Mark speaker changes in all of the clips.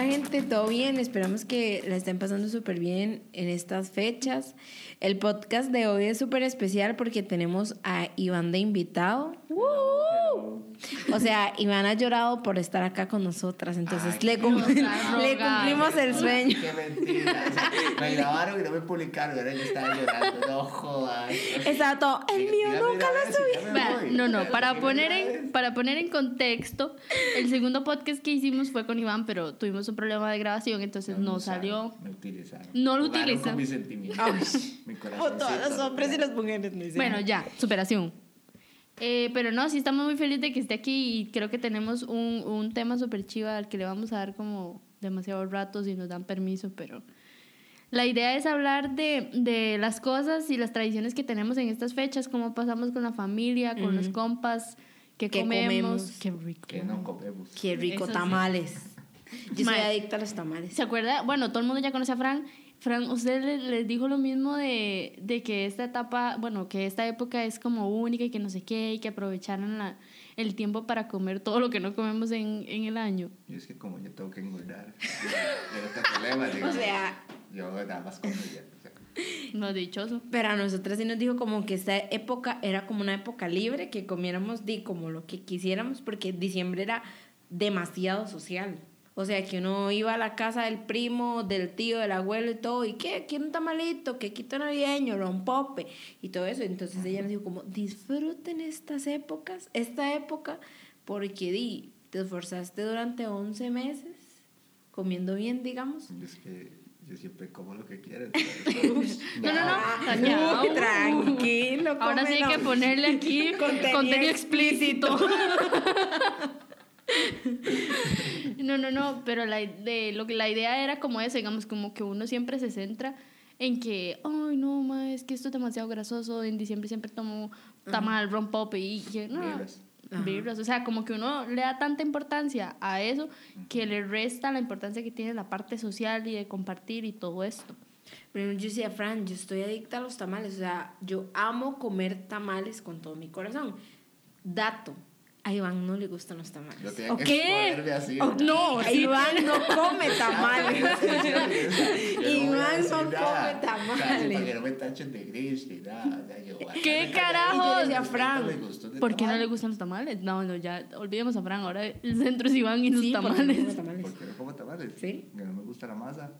Speaker 1: gente, todo bien. Esperamos que la estén pasando súper bien en estas fechas. El podcast de hoy es súper especial porque tenemos a Iván de invitado. ¡Woo! O sea, Iván ha llorado por estar acá con nosotras, entonces
Speaker 2: Ay,
Speaker 1: le, cum-
Speaker 2: nos ha
Speaker 1: le
Speaker 2: rogado.
Speaker 1: cumplimos el sueño.
Speaker 3: Qué mentira. Me grabaron y no me publicaron. Ahora yo estaba llorando. No jodas.
Speaker 1: Estaba todo, el mío
Speaker 3: Dígame,
Speaker 1: nunca
Speaker 3: dígame
Speaker 1: lo
Speaker 3: si
Speaker 1: subí.
Speaker 3: ya me
Speaker 2: Vea,
Speaker 3: voy.
Speaker 2: no, no, para
Speaker 3: Dígame,
Speaker 2: poner, en,
Speaker 3: dígame.
Speaker 2: para poner en contexto, el segundo podcast que hicimos fue con Iván, pero tuvimos un problema de grabación, entonces no, salió.
Speaker 3: Me utilizaron.
Speaker 2: No lo
Speaker 3: Jugaron
Speaker 2: utilizan. Oh,
Speaker 3: Con mis sentimientos. Mi corazón.
Speaker 1: mujeres.
Speaker 2: Bueno, ya, superación. Eh, pero no, sí estamos muy felices de que esté aquí y creo que tenemos un, un tema súper chiva al que le vamos a dar como demasiado rato si nos dan permiso, pero la idea es hablar de, de las cosas y las tradiciones que tenemos en estas fechas, cómo pasamos con la familia, con los compas, qué,
Speaker 1: ¿Qué
Speaker 2: comemos.
Speaker 1: comemos?
Speaker 2: Qué rico.
Speaker 3: Que no comemos.
Speaker 1: Qué rico
Speaker 2: Eso sí.
Speaker 1: tamales. Yo soy
Speaker 2: Mae.
Speaker 1: adicta a los tamales.
Speaker 2: ¿Se acuerda? Bueno, todo el mundo ya conoce a Fran. Fran, usted le- les dijo lo mismo de, de que esta etapa, bueno, que esta época es como única y que no sé qué, y que aprovecharan la- el tiempo para comer todo lo que no comemos en, en el año.
Speaker 3: Y es que como yo tengo que engordar. Yo no tengo problema. digo,
Speaker 1: O sea-
Speaker 3: Yo nada más como ya. o sea,
Speaker 2: No, dichoso.
Speaker 1: Pero a nosotras sí nos dijo como que esta época era como una época libre, que comiéramos di como lo que quisiéramos, porque diciembre era demasiado social. O sea, que uno iba a la casa del primo, del tío, del abuelo y todo, y qué, quiero un tamalito, que quito navideño, rompope y todo eso. Entonces ella nos dijo como, disfruten estas épocas, esta época, porque di, te esforzaste durante 11 meses comiendo bien, digamos.
Speaker 3: yo es que yo siempre como lo que quiero. pues,
Speaker 2: No, no, no. Tania,
Speaker 1: Uy,
Speaker 2: uh.
Speaker 1: tranquilo,
Speaker 2: Ahora sí hay que
Speaker 1: cómelo.
Speaker 2: ponerle aquí
Speaker 1: Contenido
Speaker 2: contenido, explícito. no, no, no, pero la, de, lo que, la idea era como eso, digamos, como que uno siempre se centra en que, ay, no, ma, es que esto es demasiado grasoso, en diciembre siempre tomo tamal, ron pop y... y- no,
Speaker 3: Vibras.
Speaker 1: Ajá.
Speaker 2: vibras. O sea, como que uno le da tanta importancia a eso que le resta la importancia que tiene la parte social y de compartir y todo esto.
Speaker 1: Pero yo decía, Fran, yo estoy adicta a los tamales. O sea, yo amo comer tamales con todo mi corazón. Dato, a Iván no le gustan los tamales.
Speaker 3: Lo tenía
Speaker 2: ¿O
Speaker 3: que
Speaker 2: qué?
Speaker 3: exponerme así.
Speaker 1: Ok,
Speaker 2: No, sí.
Speaker 1: Iván no come tamales. Iván
Speaker 3: Iván
Speaker 1: no come
Speaker 3: Para que
Speaker 1: tamales.
Speaker 3: no me tachen de gris ni nada. o sea, yo, bueno,
Speaker 2: ¿Qué
Speaker 3: me encanta- Y
Speaker 2: carajos?
Speaker 3: yo le
Speaker 1: Decía
Speaker 3: decía,
Speaker 1: Fran,
Speaker 3: "Me gustó de
Speaker 2: ¿Por qué no
Speaker 3: tamal".
Speaker 2: le gustan los tamales? No, no, ya olvidemos a Fran. Ahora el centro es Iván y los
Speaker 1: Sí, porque no come
Speaker 2: tamales.
Speaker 1: tamales.
Speaker 3: Porque no como tamales.
Speaker 1: Sí.
Speaker 3: Que no me gusta la masa.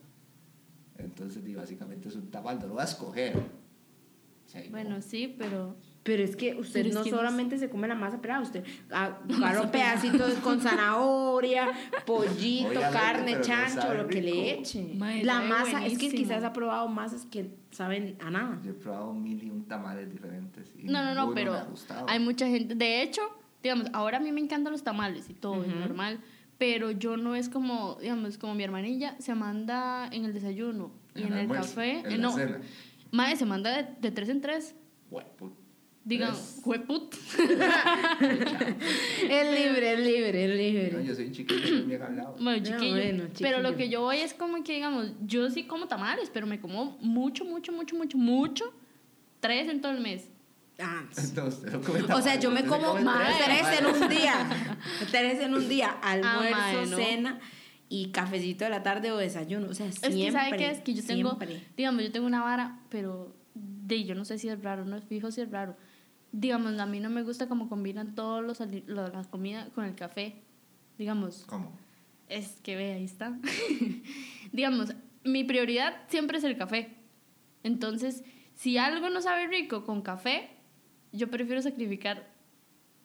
Speaker 3: Entonces, di, básicamente es un tamal, no lo vas a escoger. O sea, y
Speaker 2: Bueno,
Speaker 3: como-
Speaker 2: sí, pero.
Speaker 1: Pero es que usted
Speaker 2: Pero es
Speaker 1: no
Speaker 2: que no
Speaker 1: solamente se come la masa pelada, usted agarra un pedacito con zanahoria, pollito,
Speaker 3: Obviamente,
Speaker 1: carne,
Speaker 3: pero no
Speaker 1: chancho,
Speaker 3: sabe
Speaker 1: lo que le
Speaker 3: rico.
Speaker 1: eche.
Speaker 2: Mae,
Speaker 1: la
Speaker 2: sabe
Speaker 1: masa, es que
Speaker 2: buenísimo.
Speaker 1: quizás ha probado masas que saben a nada.
Speaker 3: Yo he probado mil y un tamales diferentes. Y
Speaker 2: No, no,
Speaker 3: ninguno
Speaker 2: no,
Speaker 3: me
Speaker 2: pero
Speaker 3: ha gustado.
Speaker 2: hay mucha gente. De hecho, digamos, ahora a mí me encantan los tamales y todo, es normal. Pero yo no es como, digamos, como mi hermanilla se manda en el desayuno y
Speaker 3: En el
Speaker 2: en el
Speaker 3: almuerzo,
Speaker 2: café.
Speaker 3: en
Speaker 2: eh,
Speaker 3: la
Speaker 2: no,
Speaker 3: cena.
Speaker 2: madre, se manda de, de tres en tres.
Speaker 3: Guapo.
Speaker 2: Digan,
Speaker 3: Tres.
Speaker 2: jueput.
Speaker 1: Ah, Es libre, es libre, es
Speaker 3: No,
Speaker 1: libre.
Speaker 3: yo soy un chiquito, no me han hablado.
Speaker 2: Bueno,
Speaker 1: Ah,
Speaker 2: chiquillo.
Speaker 1: bueno,
Speaker 2: Pero
Speaker 1: chiquillo.
Speaker 2: lo que yo voy es como que, digamos, yo sí como tamales, pero me como mucho, mucho, mucho, mucho, mucho. Tres en todo el mes.
Speaker 1: Ah,
Speaker 3: Entonces,
Speaker 1: o sea, yo me como
Speaker 2: madre,
Speaker 1: tres en un día. Tres en un día. Almuerzo,
Speaker 2: Ah, mae, no.
Speaker 1: cena y cafecito de la tarde o desayuno. O sea,
Speaker 2: Es
Speaker 1: siempre.
Speaker 2: que, ¿sabe qué? Es que yo tengo,
Speaker 1: siempre.
Speaker 2: digamos, yo tengo una vara, pero de, yo no sé si es raro, no es fijo si es raro. Digamos, a mí no me gusta cómo combinan todos los, ali- lo- las comidas con el café. Digamos,
Speaker 3: ¿Cómo?
Speaker 2: es que ve, ahí está. digamos, mi prioridad siempre es el café. Entonces, si algo no sabe rico con café, yo prefiero sacrificar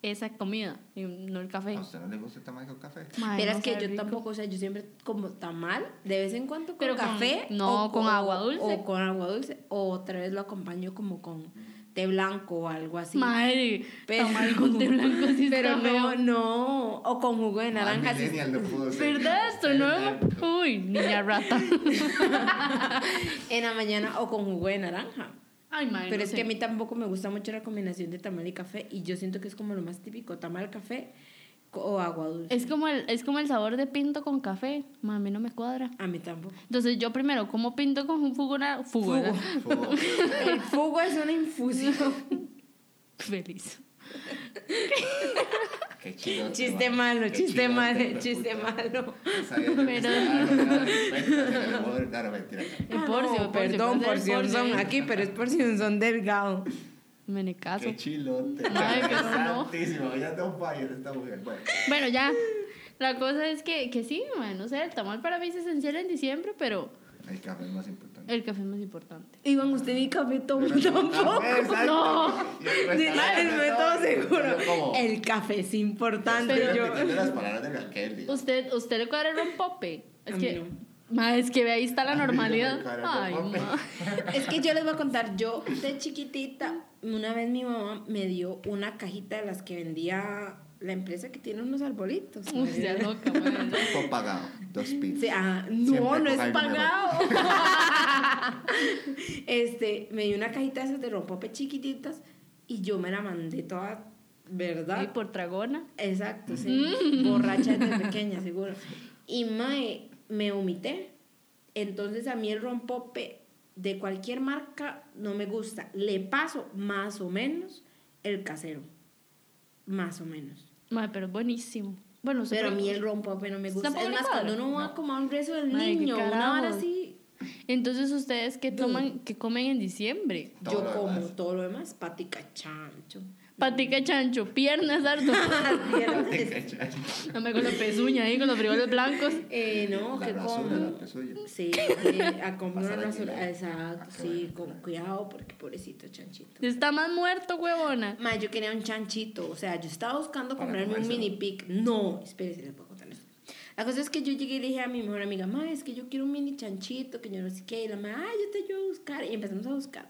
Speaker 2: esa comida, y no el café.
Speaker 3: ¿A usted no le gusta el tamal con café?
Speaker 2: Mae,
Speaker 1: Pero es
Speaker 2: no
Speaker 1: Ah. que
Speaker 2: sabe
Speaker 1: yo
Speaker 2: rico.
Speaker 1: tampoco, o sea, yo siempre como tamal, de vez en cuando con
Speaker 2: Pero con-
Speaker 1: café.
Speaker 2: no,
Speaker 1: o
Speaker 2: con agua dulce.
Speaker 1: O con agua dulce. O otra vez lo acompaño como con té blanco o algo así.
Speaker 2: Madre,
Speaker 1: Pero-
Speaker 2: tamal con té blanco sí
Speaker 1: Pero
Speaker 2: está feo.
Speaker 1: no, no. O con jugo de naranja. sí.
Speaker 3: millennial no pudo ser.
Speaker 2: ¿Verdad esto,
Speaker 3: Exacto.
Speaker 2: no? Uy, niña rata.
Speaker 1: en la mañana o con jugo de naranja.
Speaker 2: Ay, madre.
Speaker 1: Pero
Speaker 2: no
Speaker 1: es
Speaker 2: sé.
Speaker 1: que a mí tampoco me gusta mucho la combinación de tamal y café y yo siento que es como lo más típico, tamal, café co- o agua dulce.
Speaker 2: Es como, el, es como el sabor de pinto con café. Ma, a mí no me cuadra.
Speaker 1: A mí tampoco.
Speaker 2: Entonces yo primero como pinto con un fugo... na- fugo, ¿verdad?
Speaker 3: Fugo.
Speaker 1: El fugo es una infusión.
Speaker 2: Feliz.
Speaker 3: qué chido.
Speaker 1: Chiste malo, chiste malo, chiste malo.
Speaker 2: Pero-
Speaker 3: Pero. Claro, mentira.
Speaker 1: Ah, no,
Speaker 2: Porcio, porcio,
Speaker 1: perdón,
Speaker 2: porcio,
Speaker 1: por si
Speaker 2: porcio.
Speaker 1: son aquí, pero es por si son delgado.
Speaker 2: Me le caso.
Speaker 3: Qué chilote.
Speaker 2: Ay, pero no.
Speaker 3: Santísimo, ya está un fire esta mujer. Bueno,
Speaker 2: Bueno, ya. La cosa es que, que sí, mae, no sé, el tamal para mí es esencial en diciembre, pero
Speaker 3: el café es más importante.
Speaker 2: el café es más importante.
Speaker 1: Iván, usted ni café toma
Speaker 3: Pero no,
Speaker 1: tampoco.
Speaker 3: café, Ah, exacto.
Speaker 2: No.
Speaker 3: Y el
Speaker 1: Sí, el
Speaker 3: restaurante,
Speaker 1: método
Speaker 3: no,
Speaker 1: seguro.
Speaker 3: yo como-
Speaker 1: El café es importante.
Speaker 3: Estoy
Speaker 1: Yo,
Speaker 3: repitiendo las palabras de Raquel. digo.
Speaker 2: ¿Usted, usted le cuadra el rompope? Es
Speaker 1: A mí
Speaker 2: que,
Speaker 1: no.
Speaker 2: mae, es que ve, ahí está la
Speaker 3: A mí no me
Speaker 2: normalidad.
Speaker 3: cuadra el
Speaker 2: Ay,
Speaker 3: rompope.
Speaker 2: mae.
Speaker 1: es que yo les voy a contar, yo de chiquitita, una vez mi mamá me dio una cajita de las que vendía la empresa que tiene unos arbolitos.
Speaker 2: Uf, ya loca, mae.
Speaker 3: Fue pagado. Dos pizzas.
Speaker 1: Sí, ah,
Speaker 3: Siempre
Speaker 1: no, no
Speaker 3: coja
Speaker 1: es
Speaker 3: algo mejor.
Speaker 1: pagado. este, me dio una cajita de esas de rompope chiquititas y yo me la mandé toda, ¿verdad?
Speaker 2: Y por tragona.
Speaker 1: Exacto, sí. Borracha desde pequeña, seguro. Y mae, me vomité. Entonces a mí el rompope de cualquier marca no me gusta. Le paso más o menos el casero. Más o menos.
Speaker 2: Mae, pero es buenísimo. Bueno, usted
Speaker 1: Pero a
Speaker 2: prueba.
Speaker 1: mí el rompope no me gusta.
Speaker 2: ¿Tampoco
Speaker 1: Es
Speaker 2: le
Speaker 1: más,
Speaker 2: cuadra?
Speaker 1: cuando uno va
Speaker 3: No.
Speaker 1: como a un rezo del
Speaker 2: Mae, qué
Speaker 1: niño, una hora
Speaker 2: carajos.
Speaker 1: así,
Speaker 2: Entonces, ¿ustedes qué toman, qué comen en diciembre?
Speaker 3: Todo
Speaker 1: yo
Speaker 3: lo
Speaker 1: como
Speaker 3: demás.
Speaker 1: todo lo demás, patica chancho.
Speaker 2: Patica chancho, piernas, sardo. No me con la pezuña ahí, con los frijoles blancos.
Speaker 1: Eh, no,
Speaker 3: La
Speaker 1: que
Speaker 3: razón de
Speaker 1: como.
Speaker 3: la pezuña.
Speaker 1: Sí, eh, a
Speaker 3: Pasar
Speaker 1: comprar
Speaker 3: aquí,
Speaker 1: una sola.
Speaker 3: ¿no?
Speaker 1: Exacto,
Speaker 3: Ah, qué
Speaker 1: sí,
Speaker 3: bueno, qué
Speaker 1: con
Speaker 3: bueno.
Speaker 1: cuidado, porque pobrecito chanchito.
Speaker 2: Está más muerto, huevona.
Speaker 1: Ma, yo quería un chanchito, o sea, yo estaba buscando
Speaker 3: Para
Speaker 1: comprarme un
Speaker 3: comérselo.
Speaker 1: mini pig. No, espérese, les voy a contar esto. La cosa es que yo llegué y le dije a mi mejor amiga, ma, es que yo quiero un mini chanchito, que yo no sé qué. Y la ma, ah, yo te ayudo a buscar. Y empezamos a buscar.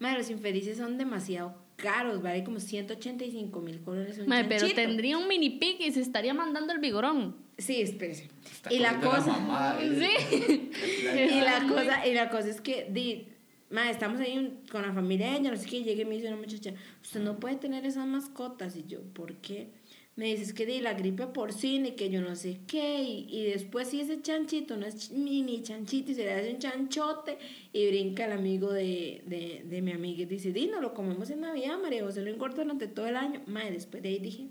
Speaker 1: Ma, los infelices son demasiado caros, vale como 185 mil colones. un
Speaker 2: Mae, pero
Speaker 1: chanchito.
Speaker 2: tendría un mini pig y se estaría mandando el vigorón.
Speaker 1: Sí, espérese.
Speaker 3: Está
Speaker 1: Y la
Speaker 3: comiendo la
Speaker 1: cosa.
Speaker 3: mamá, eh.
Speaker 2: Sí.
Speaker 1: y
Speaker 2: Ay.
Speaker 1: la cosa y la cosa es que di ma, estamos ahí un- con la familia de ella no sé qué y llegué y me dice una muchacha usted no puede tener esas mascotas y yo ¿por qué? me dice es que di la gripe porcina y que yo no sé qué y, y después si ese chanchito no es ch- mini chanchito y se le hace un chanchote y brinca el amigo de, de, de mi amiga y dice di no lo comemos en navidad María se lo engorda durante todo el año ma, y después de ahí dije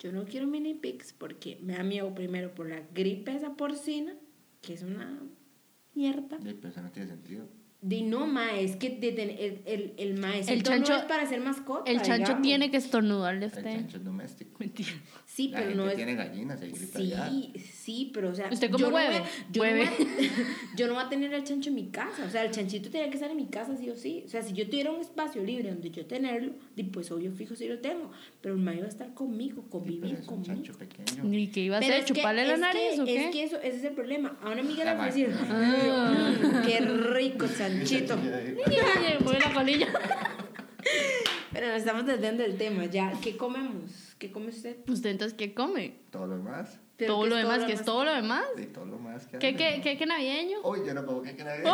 Speaker 1: yo no quiero mini pigs porque me da miedo primero por la gripe esa porcina que es una mierda.
Speaker 3: Sí, pero eso no tiene sentido.
Speaker 1: Di no, ma, es que de ten- el, el, el
Speaker 2: El
Speaker 1: maecito
Speaker 2: chancho-
Speaker 1: no es para ser mascota.
Speaker 2: El chancho
Speaker 1: digamos.
Speaker 2: tiene que estornudarle a
Speaker 3: El
Speaker 2: usted.
Speaker 3: chancho es doméstico.
Speaker 2: Mentira.
Speaker 1: Este. Sí,
Speaker 3: la
Speaker 1: pero
Speaker 3: gente
Speaker 1: no es.
Speaker 3: tiene gallinas, hay gripe
Speaker 1: Sí,
Speaker 3: allá.
Speaker 1: sí, pero o sea.
Speaker 2: ¿Usted come
Speaker 1: yo no voy a-
Speaker 2: hueve?
Speaker 1: yo, no voy a-
Speaker 2: Hueve.
Speaker 1: yo no voy a tener el chancho en mi casa. O sea, el chanchito tenía que estar en mi casa, sí o sí. O sea, si yo tuviera un espacio libre donde yo tenerlo, di, pues obvio fijo si lo tengo. Pero el ma iba a estar conmigo,
Speaker 3: Sí,
Speaker 1: convivir
Speaker 3: pero es un
Speaker 1: conmigo.
Speaker 3: chancho pequeño.
Speaker 2: ¿Y qué iba a
Speaker 1: Pero
Speaker 2: hacer?
Speaker 1: es que-
Speaker 2: ¿Chuparle la
Speaker 1: es que-
Speaker 2: nariz o qué?
Speaker 1: Es que eso, ese es el problema. A una amiga
Speaker 3: La
Speaker 1: le va a decir,
Speaker 3: vaca.
Speaker 1: "Mm, qué rico chanchito.
Speaker 2: Ay, me voy la colilla.
Speaker 1: Pero nos estamos desviando del tema ya. ¿Qué comemos? ¿Qué come usted?
Speaker 2: ¿Usted entonces qué come?
Speaker 3: Todo lo demás.
Speaker 1: Pero
Speaker 2: todo
Speaker 1: ¿qué
Speaker 2: lo
Speaker 1: es
Speaker 2: demás, que es todo lo demás.
Speaker 3: De todo lo más que
Speaker 2: ¿Qué,
Speaker 3: hay,
Speaker 2: qué,
Speaker 3: ¿no?
Speaker 2: qué, qué navideño?
Speaker 3: Uy, yo no puedo que creer.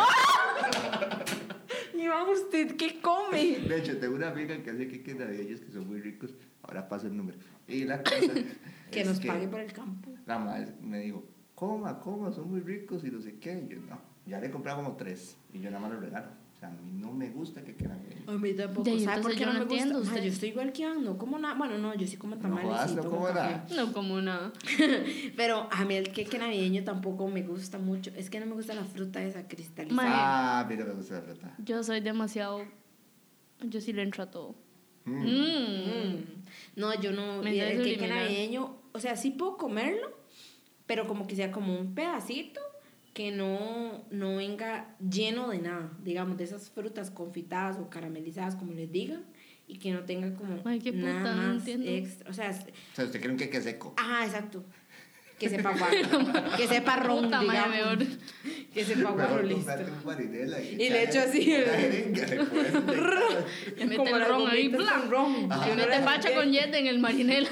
Speaker 1: Y vamos usted, ¿qué come?
Speaker 3: De hecho, tengo una amiga que hace que navideños que son muy ricos. Ahora paso el número. Y la cosa.
Speaker 1: Que
Speaker 3: es
Speaker 1: nos pague por el campo.
Speaker 3: La madre me dijo, coma, coma, son muy ricos y no sé qué. Y yo, no, ya le compré como tres y yo nada más lo regalo. O sea, a mí no me gusta que queden bien.
Speaker 2: Oh,
Speaker 1: A mí
Speaker 2: De
Speaker 1: tampoco.
Speaker 2: ahí,
Speaker 1: ¿Sabe por
Speaker 2: entonces
Speaker 1: qué
Speaker 2: yo
Speaker 1: no
Speaker 2: no
Speaker 1: me gusta? Ma,
Speaker 2: entiendo, usted.
Speaker 1: yo estoy igual que Iván, no como nada. Bueno, no, yo sí como tamales.
Speaker 3: jodas,
Speaker 1: sí
Speaker 3: no
Speaker 1: tomo
Speaker 3: como
Speaker 1: café.
Speaker 3: nada.
Speaker 2: No como nada.
Speaker 1: Pero a mí el queque navideño tampoco me gusta mucho. Es que no me gusta la fruta esa cristalizada.
Speaker 2: Ma-
Speaker 3: Ah, mira, me gusta la fruta.
Speaker 2: Yo soy demasiado. Yo sí le entro a todo.
Speaker 3: Mm.
Speaker 2: Mm.
Speaker 1: Mm. No, yo no.
Speaker 2: Me
Speaker 1: y
Speaker 2: sale
Speaker 1: el queque
Speaker 2: subliminal.
Speaker 1: navideño, o sea, sí puedo comerlo, pero como que sea como un pedacito que no, no venga lleno de nada, digamos, de esas frutas confitadas o caramelizadas, como les digan, y que no tenga como
Speaker 2: Ay, qué puta,
Speaker 1: nada
Speaker 2: no
Speaker 1: más
Speaker 2: entiendo.
Speaker 1: extra. O sea, es-
Speaker 3: O sea, ¿usted quiere un queque seco?
Speaker 2: Ah,
Speaker 1: ajá, exacto. Que sepa guaro. que sepa ron,
Speaker 2: Puta madre,
Speaker 1: digamos.
Speaker 2: mejor.
Speaker 1: Que sepa guaro,
Speaker 3: Mejor
Speaker 1: listo.
Speaker 3: comprate un marinela
Speaker 1: Y
Speaker 3: echarle
Speaker 1: le echo así
Speaker 3: una
Speaker 1: el-
Speaker 3: jeringa, le pones un
Speaker 2: Le mete
Speaker 1: Como
Speaker 2: el
Speaker 1: las
Speaker 2: ron ahí,
Speaker 1: gomitas con ron.
Speaker 2: Se
Speaker 1: Yo no
Speaker 2: mete
Speaker 1: las
Speaker 2: facha
Speaker 1: entiendo.
Speaker 2: con jet en el marinela.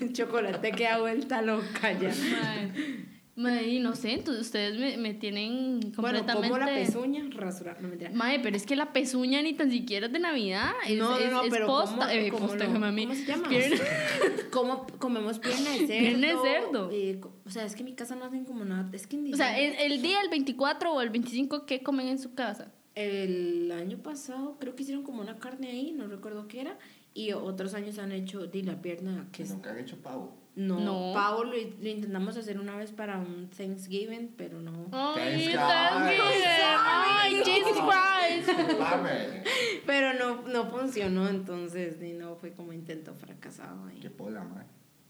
Speaker 1: El chocolate queda vuelta loca ya.
Speaker 2: Mae. Mae, y no sé, entonces ustedes me, me tienen
Speaker 1: Bueno,
Speaker 2: completamente.
Speaker 1: como la pezuña, rasurar, no mentira.
Speaker 2: Mae, pero es que la pezuña ni tan siquiera es de Navidad. Es,
Speaker 1: No, no,
Speaker 2: es-
Speaker 1: no,
Speaker 2: es
Speaker 1: pero
Speaker 2: posta.
Speaker 1: ¿cómo-
Speaker 2: eh,
Speaker 1: cómo
Speaker 2: posta,
Speaker 1: no?
Speaker 2: mami.
Speaker 1: ¿Cómo se llama?
Speaker 2: Pierna-
Speaker 1: ¿Cómo comemos pierna de cerdo?
Speaker 2: Pierna de cerdo.
Speaker 1: eh, co- o sea, es que en mi casa no hacen como nada. Es que en
Speaker 2: O sea,
Speaker 1: diciembre-
Speaker 2: el, el día, el 24 o el 25, ¿qué comen en su casa?
Speaker 1: el año pasado creo que hicieron como una carne ahí, no recuerdo qué era, y otros años han hecho de la pierna que
Speaker 3: Que
Speaker 1: es...
Speaker 3: nunca han hecho pavo.
Speaker 1: No,
Speaker 2: No.
Speaker 1: pavo lo, lo intentamos hacer una vez para un Thanksgiving, pero no.
Speaker 2: Ay,
Speaker 3: Thanks,
Speaker 2: Thanksgiving. Ay, Jesus Christ.
Speaker 3: Disculpame.
Speaker 1: Pero no, no funcionó, entonces, ni no, fue como intento fracasado ahí.
Speaker 3: Qué pola, mae.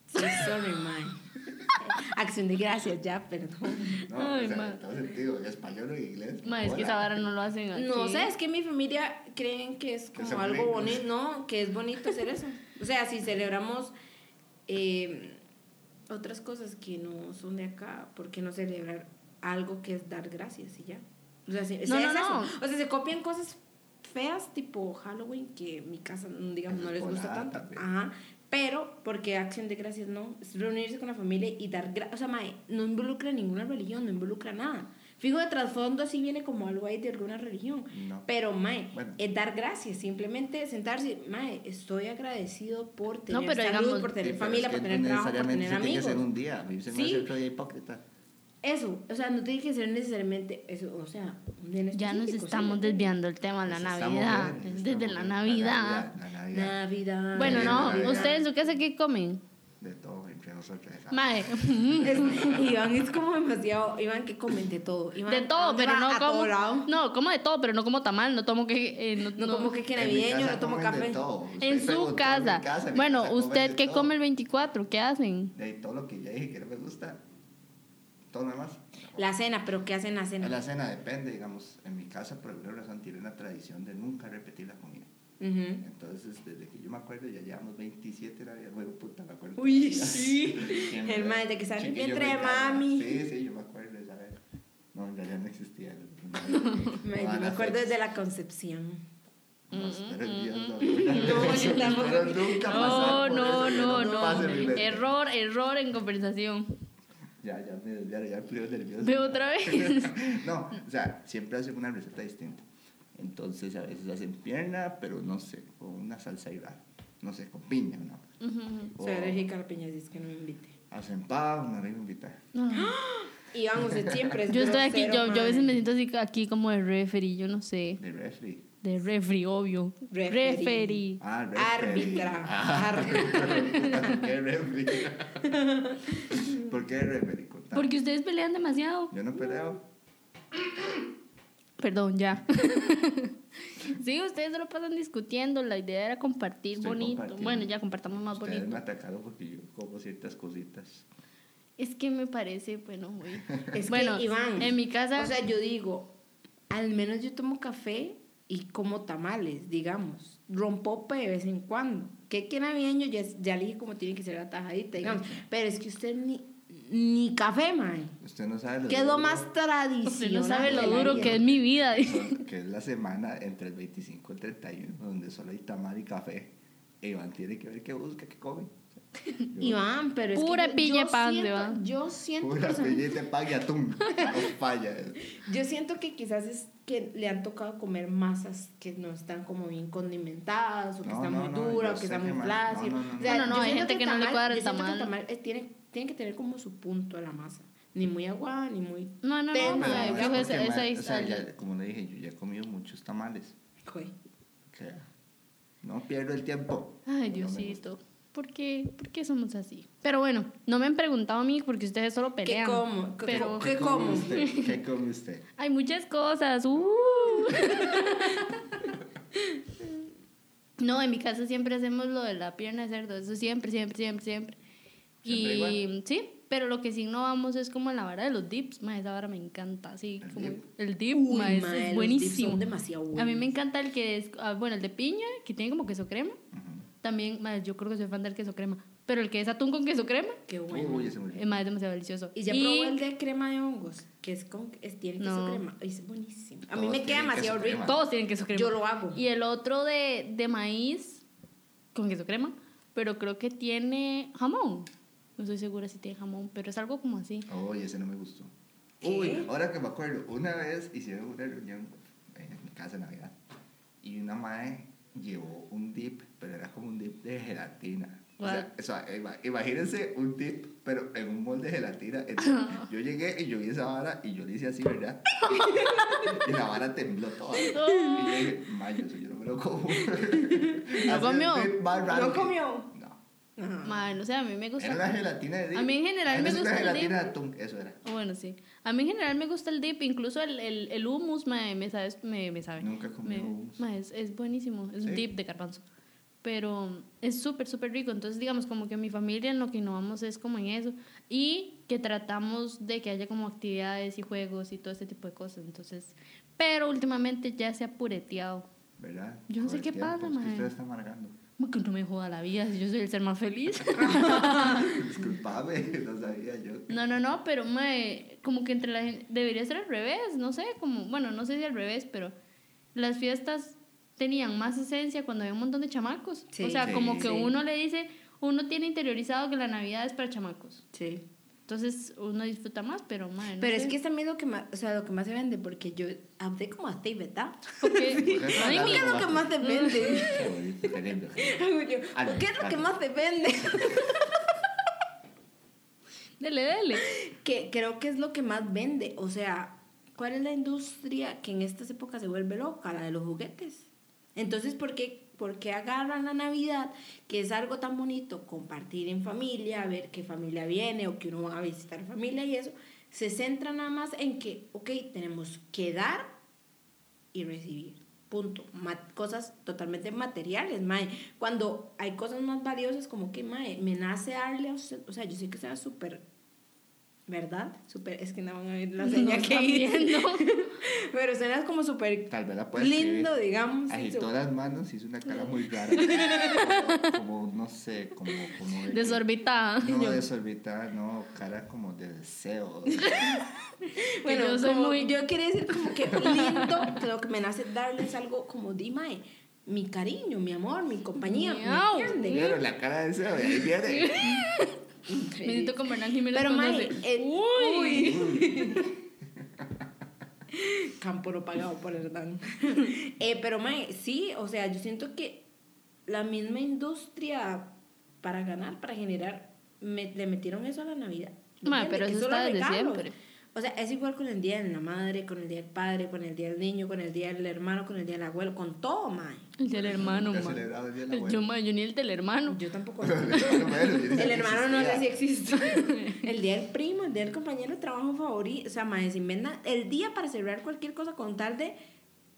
Speaker 1: Sí, sorry, mae. Acción de gracias, ya, perdón.
Speaker 3: No,
Speaker 2: Ay,
Speaker 3: o sea,
Speaker 2: mae.
Speaker 3: en todo sentido, en español y inglés. qué
Speaker 2: Ma, es
Speaker 3: pola.
Speaker 2: que esa vara no lo hacen aquí.
Speaker 1: No sé, es que mi familia creen que es como
Speaker 3: son
Speaker 1: algo
Speaker 3: gringos.
Speaker 1: bonito, no, que es bonito hacer eso. O sea, si celebramos eh, otras cosas que no son de acá, ¿por qué no celebrar algo que es dar gracias y ya? O sea, si-
Speaker 2: No,
Speaker 1: es
Speaker 2: no,
Speaker 1: eso.
Speaker 2: no.
Speaker 1: O sea, se copian cosas feas tipo Halloween que en mi casa, mm, digamos, no les gusta
Speaker 3: Chocolate,
Speaker 1: tanto.
Speaker 3: también.
Speaker 1: Ajá. Pero, porque acción de gracias no, es reunirse con la familia y dar gracias. O sea, mae, no involucra ninguna religión, no involucra nada. Fijo de trasfondo, así viene como algo ahí de alguna religión.
Speaker 3: No.
Speaker 1: Pero, mae,
Speaker 3: Bueno.
Speaker 1: es dar gracias, simplemente sentarse, mae, estoy agradecido por tener
Speaker 2: pero
Speaker 1: salud,
Speaker 2: digamos-
Speaker 1: por tener
Speaker 3: Sí, pero
Speaker 1: familia,
Speaker 3: es que
Speaker 1: por tener trabajo, por
Speaker 3: necesariamente
Speaker 1: tener
Speaker 3: se tiene que
Speaker 1: amigos.
Speaker 3: ser un día. A mí se me
Speaker 1: Sí.
Speaker 3: hace otro día hipócrita.
Speaker 1: Eso, o sea, no tiene que ser necesariamente eso, o sea, un día en
Speaker 2: Ya nos
Speaker 1: específico,
Speaker 2: estamos
Speaker 1: sí.
Speaker 2: desviando el tema, la
Speaker 3: Nos estamos
Speaker 2: Navidad.
Speaker 3: bien, nos
Speaker 2: Desde
Speaker 3: estamos
Speaker 2: la
Speaker 3: bien.
Speaker 2: Navidad.
Speaker 3: La Navidad.
Speaker 1: Navidad.
Speaker 2: Bueno,
Speaker 3: Sí,
Speaker 2: no,
Speaker 3: la Navidad. Ah.
Speaker 2: ¿ustedes en su casa qué comen? eh,
Speaker 3: De todo, entre nosotros. esa-
Speaker 2: Mae,
Speaker 1: Es- Iván es como demasiado, Iván que comen de todo. Iván
Speaker 2: de todo,
Speaker 1: va
Speaker 2: pero no
Speaker 1: a todo
Speaker 2: como.
Speaker 1: lado.
Speaker 2: No, como de todo, pero no como tamal, no tomo que. eh, no,
Speaker 1: No,
Speaker 2: no-
Speaker 1: como que que
Speaker 3: En mi
Speaker 1: navideño,
Speaker 3: casa
Speaker 1: no tomo
Speaker 3: comen
Speaker 1: café.
Speaker 3: De todo. Usted
Speaker 2: En
Speaker 3: preguntó
Speaker 2: su
Speaker 3: mi
Speaker 2: casa.
Speaker 3: en mi casa
Speaker 2: Bueno,
Speaker 3: comen
Speaker 2: ¿usted
Speaker 3: de
Speaker 2: qué
Speaker 3: todo.
Speaker 2: come el 24? ¿Qué hacen?
Speaker 3: De todo lo que ya dije que no me gusta. Todo nada más.
Speaker 1: La cena, pero ¿qué hacen en la cena?
Speaker 3: En la cena depende, digamos, en mi casa por ejemplo, razón tiene una tradición de nunca repetir la comida.
Speaker 1: Ujú.
Speaker 3: Entonces, desde que yo me acuerdo, ya llevamos 27 navidades. Bueno, puta, me acuerdo.
Speaker 1: Uy, sí.
Speaker 3: Siempre.
Speaker 1: El mae de que sale
Speaker 3: Chiquillo
Speaker 1: vientre de
Speaker 3: me caga.
Speaker 1: mami.
Speaker 3: Sí, sí, yo me acuerdo de esa vez. No, en realidad no existía.
Speaker 1: Mae, yo me acuerdo desde la concepción.
Speaker 3: No,
Speaker 2: Mm,
Speaker 3: espero en Dios, no.
Speaker 1: No, yo tampoco.
Speaker 3: Espero nunca
Speaker 2: No,
Speaker 3: pasar por eso,
Speaker 2: no,
Speaker 3: que
Speaker 2: no,
Speaker 3: me
Speaker 2: no.
Speaker 3: pase mi mente.
Speaker 2: Error, error en conversación.
Speaker 3: Ya, ya me desviaron, ya me pusieron nervioso.
Speaker 2: Ve otra vez.
Speaker 3: no, o sea, siempre hacen una receta distinta. Entonces a veces hacen pierna, pero no sé, con una salsa igual. No sé, con piña, ¿no?
Speaker 2: Ujú.
Speaker 1: Soy
Speaker 3: O
Speaker 1: alérgica a la piña, así es que no me invite.
Speaker 3: hacen pavo, no me invitar.
Speaker 2: No.
Speaker 1: Iván, usted siempre es
Speaker 2: Yo estoy aquí,
Speaker 1: grosero,
Speaker 2: yo, yo a veces me
Speaker 1: mae.
Speaker 2: siento así aquí como de referee, yo no sé.
Speaker 3: De refri.
Speaker 2: De referee, obvio.
Speaker 1: Referee.
Speaker 2: Referee.
Speaker 3: Ah, refri.
Speaker 1: Árbitra.
Speaker 3: Ah,
Speaker 1: Árbitra.
Speaker 3: ¿Por qué refri? ¿Por qué refri? Contame.
Speaker 2: Porque ustedes pelean demasiado.
Speaker 3: Yo no peleo.
Speaker 2: Perdón, ya. sí, ustedes solo pasan discutiendo. La idea era compartir
Speaker 3: Estoy
Speaker 2: bonito.
Speaker 3: compartiendo.
Speaker 2: Bueno, ya compartamos más
Speaker 3: Ustedes
Speaker 2: bonito.
Speaker 3: me atacaron porque yo como ciertas cositas.
Speaker 2: Es que me parece, bueno, muy.
Speaker 1: Es que,
Speaker 2: bueno,
Speaker 1: Iván,
Speaker 2: en mi casa.
Speaker 1: O sea, yo digo, al menos yo tomo café y como tamales, digamos. Rompope de vez en cuando. Que que navideño ya, ya le dije cómo tiene que ser la tajadita, digamos. Pero es que usted ni, ni café, mae.
Speaker 3: Usted no sabe lo
Speaker 1: Quedó
Speaker 3: duro
Speaker 1: más
Speaker 2: usted
Speaker 1: tradicional.
Speaker 2: no sabe lo
Speaker 1: que la
Speaker 2: duro
Speaker 1: vida.
Speaker 2: que es mi vida.
Speaker 3: son- que es la semana entre el 25 y el 31, donde solo hay tamal y café. E Iván tiene que ver qué busca, qué come.
Speaker 1: Iván, pero es
Speaker 2: Pura
Speaker 1: que yo-
Speaker 2: piña
Speaker 1: yo
Speaker 2: pan,
Speaker 1: siento-
Speaker 2: Iván.
Speaker 1: Yo siento,
Speaker 3: Pura
Speaker 1: personal-
Speaker 3: pilla y te pague atún. No falla.
Speaker 1: Yo siento que quizás es que le han tocado comer masas que no están como bien condimentadas o que
Speaker 3: No,
Speaker 1: están
Speaker 3: no,
Speaker 1: muy
Speaker 3: no,
Speaker 1: duras
Speaker 3: yo
Speaker 1: o que
Speaker 3: sé
Speaker 1: están
Speaker 3: que
Speaker 1: muy
Speaker 3: ma-
Speaker 1: flácidas.
Speaker 3: no, no, no, no.
Speaker 2: Bueno, no,
Speaker 1: yo
Speaker 2: hay
Speaker 1: siento
Speaker 2: gente que no le cuadra el
Speaker 1: yo siento que
Speaker 2: tamal.
Speaker 1: eh, tiene, tiene que tener como su punto a la masa. Ni muy agua, ni muy...
Speaker 2: No, no, no.
Speaker 1: Pero no,
Speaker 2: no, yo
Speaker 1: es
Speaker 2: creo que esa- esa
Speaker 3: o sea,
Speaker 2: historia-
Speaker 3: ya, como le dije, yo ya he comido muchos tamales.
Speaker 1: Joder.
Speaker 3: que no pierdo el tiempo.
Speaker 2: Ay,
Speaker 3: No me
Speaker 2: Diosito. ¿Por qué, ¿Por qué somos así? Pero bueno, no me han preguntado a mí porque ustedes solo
Speaker 1: ¿Qué
Speaker 2: pelean.
Speaker 1: como? ¿Qué,
Speaker 2: Pero-
Speaker 1: co-
Speaker 3: gusta.
Speaker 1: ¿Qué como?
Speaker 3: usted? ¿Qué come usted?
Speaker 2: Hay muchas cosas. ¡uh! no, en mi casa siempre hacemos lo de la pierna de cerdo. Eso siempre, siempre, siempre, siempre.
Speaker 3: Siempre
Speaker 2: y
Speaker 3: igual.
Speaker 2: sí, pero lo que sí no vamos es como en la vara de los dips. Ma, esa vara me encanta. Sí,
Speaker 3: ¿El
Speaker 2: como
Speaker 3: dip?
Speaker 2: el dip,
Speaker 1: Uy,
Speaker 2: ma, es,
Speaker 1: ma,
Speaker 2: es
Speaker 1: los dips
Speaker 2: buenísimo.
Speaker 1: son demasiado
Speaker 2: A mí me
Speaker 1: buenos.
Speaker 2: encanta el que es, ah, bueno, el de piña, que tiene como queso crema. También, ma, yo creo que soy fan del queso crema. Pero el que es atún con queso crema,
Speaker 1: Qué
Speaker 3: Uy,
Speaker 1: bueno.
Speaker 3: ese murió.
Speaker 2: eh, ma, es demasiado delicioso.
Speaker 1: Y ya probé el de crema de hongos, que es con... Es, tiene queso
Speaker 2: No.
Speaker 1: crema. Ay, Es buenísimo. A mí
Speaker 3: Todos
Speaker 1: me queda
Speaker 3: tienen queso
Speaker 1: demasiado
Speaker 3: crema.
Speaker 1: rico.
Speaker 2: Todos tienen queso crema.
Speaker 1: Yo lo hago.
Speaker 2: Y el otro de, de maíz con queso crema, pero creo que tiene jamón. No estoy segura si tiene jamón, pero es algo como así.
Speaker 3: Oye, ese no me gustó.
Speaker 1: ¿Qué?
Speaker 3: Uy, ahora que me acuerdo, una vez hicieron una reunión en mi casa de Navidad y una mae llevó un dip, pero era como un dip de gelatina. O sea, o sea, ima- imagínense un tip, pero en un molde de gelatina. Entonces, yo llegué y yo vi esa vara y yo le hice así, ¿verdad? y la vara tembló toda. Y yo dije, mayo, eso yo no me lo como. Así
Speaker 2: comió.
Speaker 3: el tip más raro
Speaker 1: No
Speaker 3: que-
Speaker 1: comió.
Speaker 3: No.
Speaker 2: Mae, no sé, a mí me gusta.
Speaker 3: Era una gelatina de dip.
Speaker 2: A mí en general
Speaker 3: Era
Speaker 2: me gusta
Speaker 3: una
Speaker 2: el
Speaker 3: gelatina
Speaker 2: dip.
Speaker 3: de atún, eso era.
Speaker 2: Bueno, sí. A mí en general me gusta el dip, incluso el, el, el hummus, mae, me, sabes, me, me sabe.
Speaker 3: Nunca he comido
Speaker 2: Me-
Speaker 3: hummus.
Speaker 2: mae, es, es buenísimo, es
Speaker 3: Sí.
Speaker 2: un dip de garbanzo. Pero es súper, súper rico. Entonces, digamos, como que en mi familia en lo que innovamos es como en eso. Y que tratamos de que haya como actividades y juegos y todo ese tipo de cosas. Entonces, pero últimamente ya se ha pureteado.
Speaker 3: ¿Verdad?
Speaker 2: Yo no
Speaker 3: Con
Speaker 2: sé
Speaker 3: el
Speaker 2: qué
Speaker 3: tiempo,
Speaker 2: pasa,
Speaker 3: es que
Speaker 2: mae.
Speaker 3: usted está amargando.
Speaker 2: Mae, que no me joda la vida, si yo soy el ser más feliz.
Speaker 3: Disculpame, no sabía yo.
Speaker 2: No, no, no, pero mae, como que entre la gente debería ser al revés, no sé, como, bueno, no sé si al revés, pero las fiestas tenían más esencia cuando había un montón de chamacos.
Speaker 1: Sí.
Speaker 2: o sea,
Speaker 3: Sí.
Speaker 2: como
Speaker 1: Sí.
Speaker 2: que uno le dice, uno tiene interiorizado que la Navidad es para chamacos.
Speaker 1: Sí.
Speaker 2: Entonces uno disfruta más, pero mae, no
Speaker 1: Pero
Speaker 2: sé.
Speaker 1: es que es también lo que más, o sea, lo que más se vende, porque yo hablé como a ti, ¿verdad?
Speaker 2: Porque-
Speaker 1: ¿Qué
Speaker 3: Hablando
Speaker 1: es lo
Speaker 3: como
Speaker 1: que más te vende?
Speaker 3: Qué bonito, qué lindo, qué lindo.
Speaker 1: Hago yo,
Speaker 3: Ah, no,
Speaker 1: ¿Qué es lo que
Speaker 3: claro.
Speaker 1: más te vende?
Speaker 2: Dele, dele.
Speaker 1: que creo que es lo que más vende. O sea, ¿cuál es la industria que en estas épocas se vuelve loca? La de los juguetes. Entonces, ¿por qué, por qué agarran la Navidad, que es algo tan bonito, compartir en familia, ver qué familia viene o que uno va a visitar familia y eso? Se centra nada más en que, ok, tenemos que dar y recibir. Punto. Ma- cosas totalmente materiales, mae. Cuando hay cosas más valiosas, como que, mae, me nace darle a usted. O sea, yo sé que sea súper ¿Verdad? Super, es que no van a ver la señal
Speaker 2: No
Speaker 1: que
Speaker 2: están
Speaker 1: hice.
Speaker 2: viendo.
Speaker 1: Pero suena como súper
Speaker 3: Tal vez la puedes
Speaker 1: lindo,
Speaker 3: escribir.
Speaker 1: digamos. y
Speaker 3: Agitó
Speaker 1: su-
Speaker 3: las manos y hizo una cara muy rara. Como- como, no sé, como. como de que-
Speaker 2: Desorbitada.
Speaker 3: No, desorbitada, no, cara como de deseo.
Speaker 1: Bueno,
Speaker 2: yo
Speaker 1: yo,
Speaker 2: soy muy-
Speaker 1: yo quería decir como que lindo, pero que me nace darles algo como Dimae, mi cariño, mi amor, mi compañía.
Speaker 2: Miau.
Speaker 1: ¿Me entiende?
Speaker 3: Pero la cara de deseo, de ahí viene.
Speaker 2: Me siento con Bernal Jiménez.
Speaker 1: Pero
Speaker 2: cuando
Speaker 1: mae,
Speaker 2: hace,
Speaker 1: eh,
Speaker 2: uy.
Speaker 1: uy. Campo no pagado por el Dan. Eh, pero mae, sí, o sea, yo siento que la misma industria para ganar, para generar, me- le metieron eso a la Navidad. ¿me
Speaker 2: Mae,
Speaker 1: entiende?
Speaker 2: pero
Speaker 1: Que
Speaker 2: eso
Speaker 1: son los
Speaker 2: está desde
Speaker 1: regalos.
Speaker 2: siempre.
Speaker 1: O sea, es igual con el día de la madre, con el día del padre, con el día del niño, con el día del hermano, con el día del abuelo, con todo, mae.
Speaker 2: El del hermano,
Speaker 3: Nunca he
Speaker 2: mae.
Speaker 3: celebrado el día del
Speaker 2: Yo,
Speaker 3: abuelo.
Speaker 2: mae, yo ni el del hermano.
Speaker 1: Yo tampoco.
Speaker 3: Bueno, yo decía
Speaker 1: El
Speaker 3: que
Speaker 1: hermano no sé si
Speaker 3: existía.
Speaker 1: existe. El día del primo, el día del compañero de trabajo favorito. O sea, madre, se inventa el día para celebrar cualquier cosa con tal de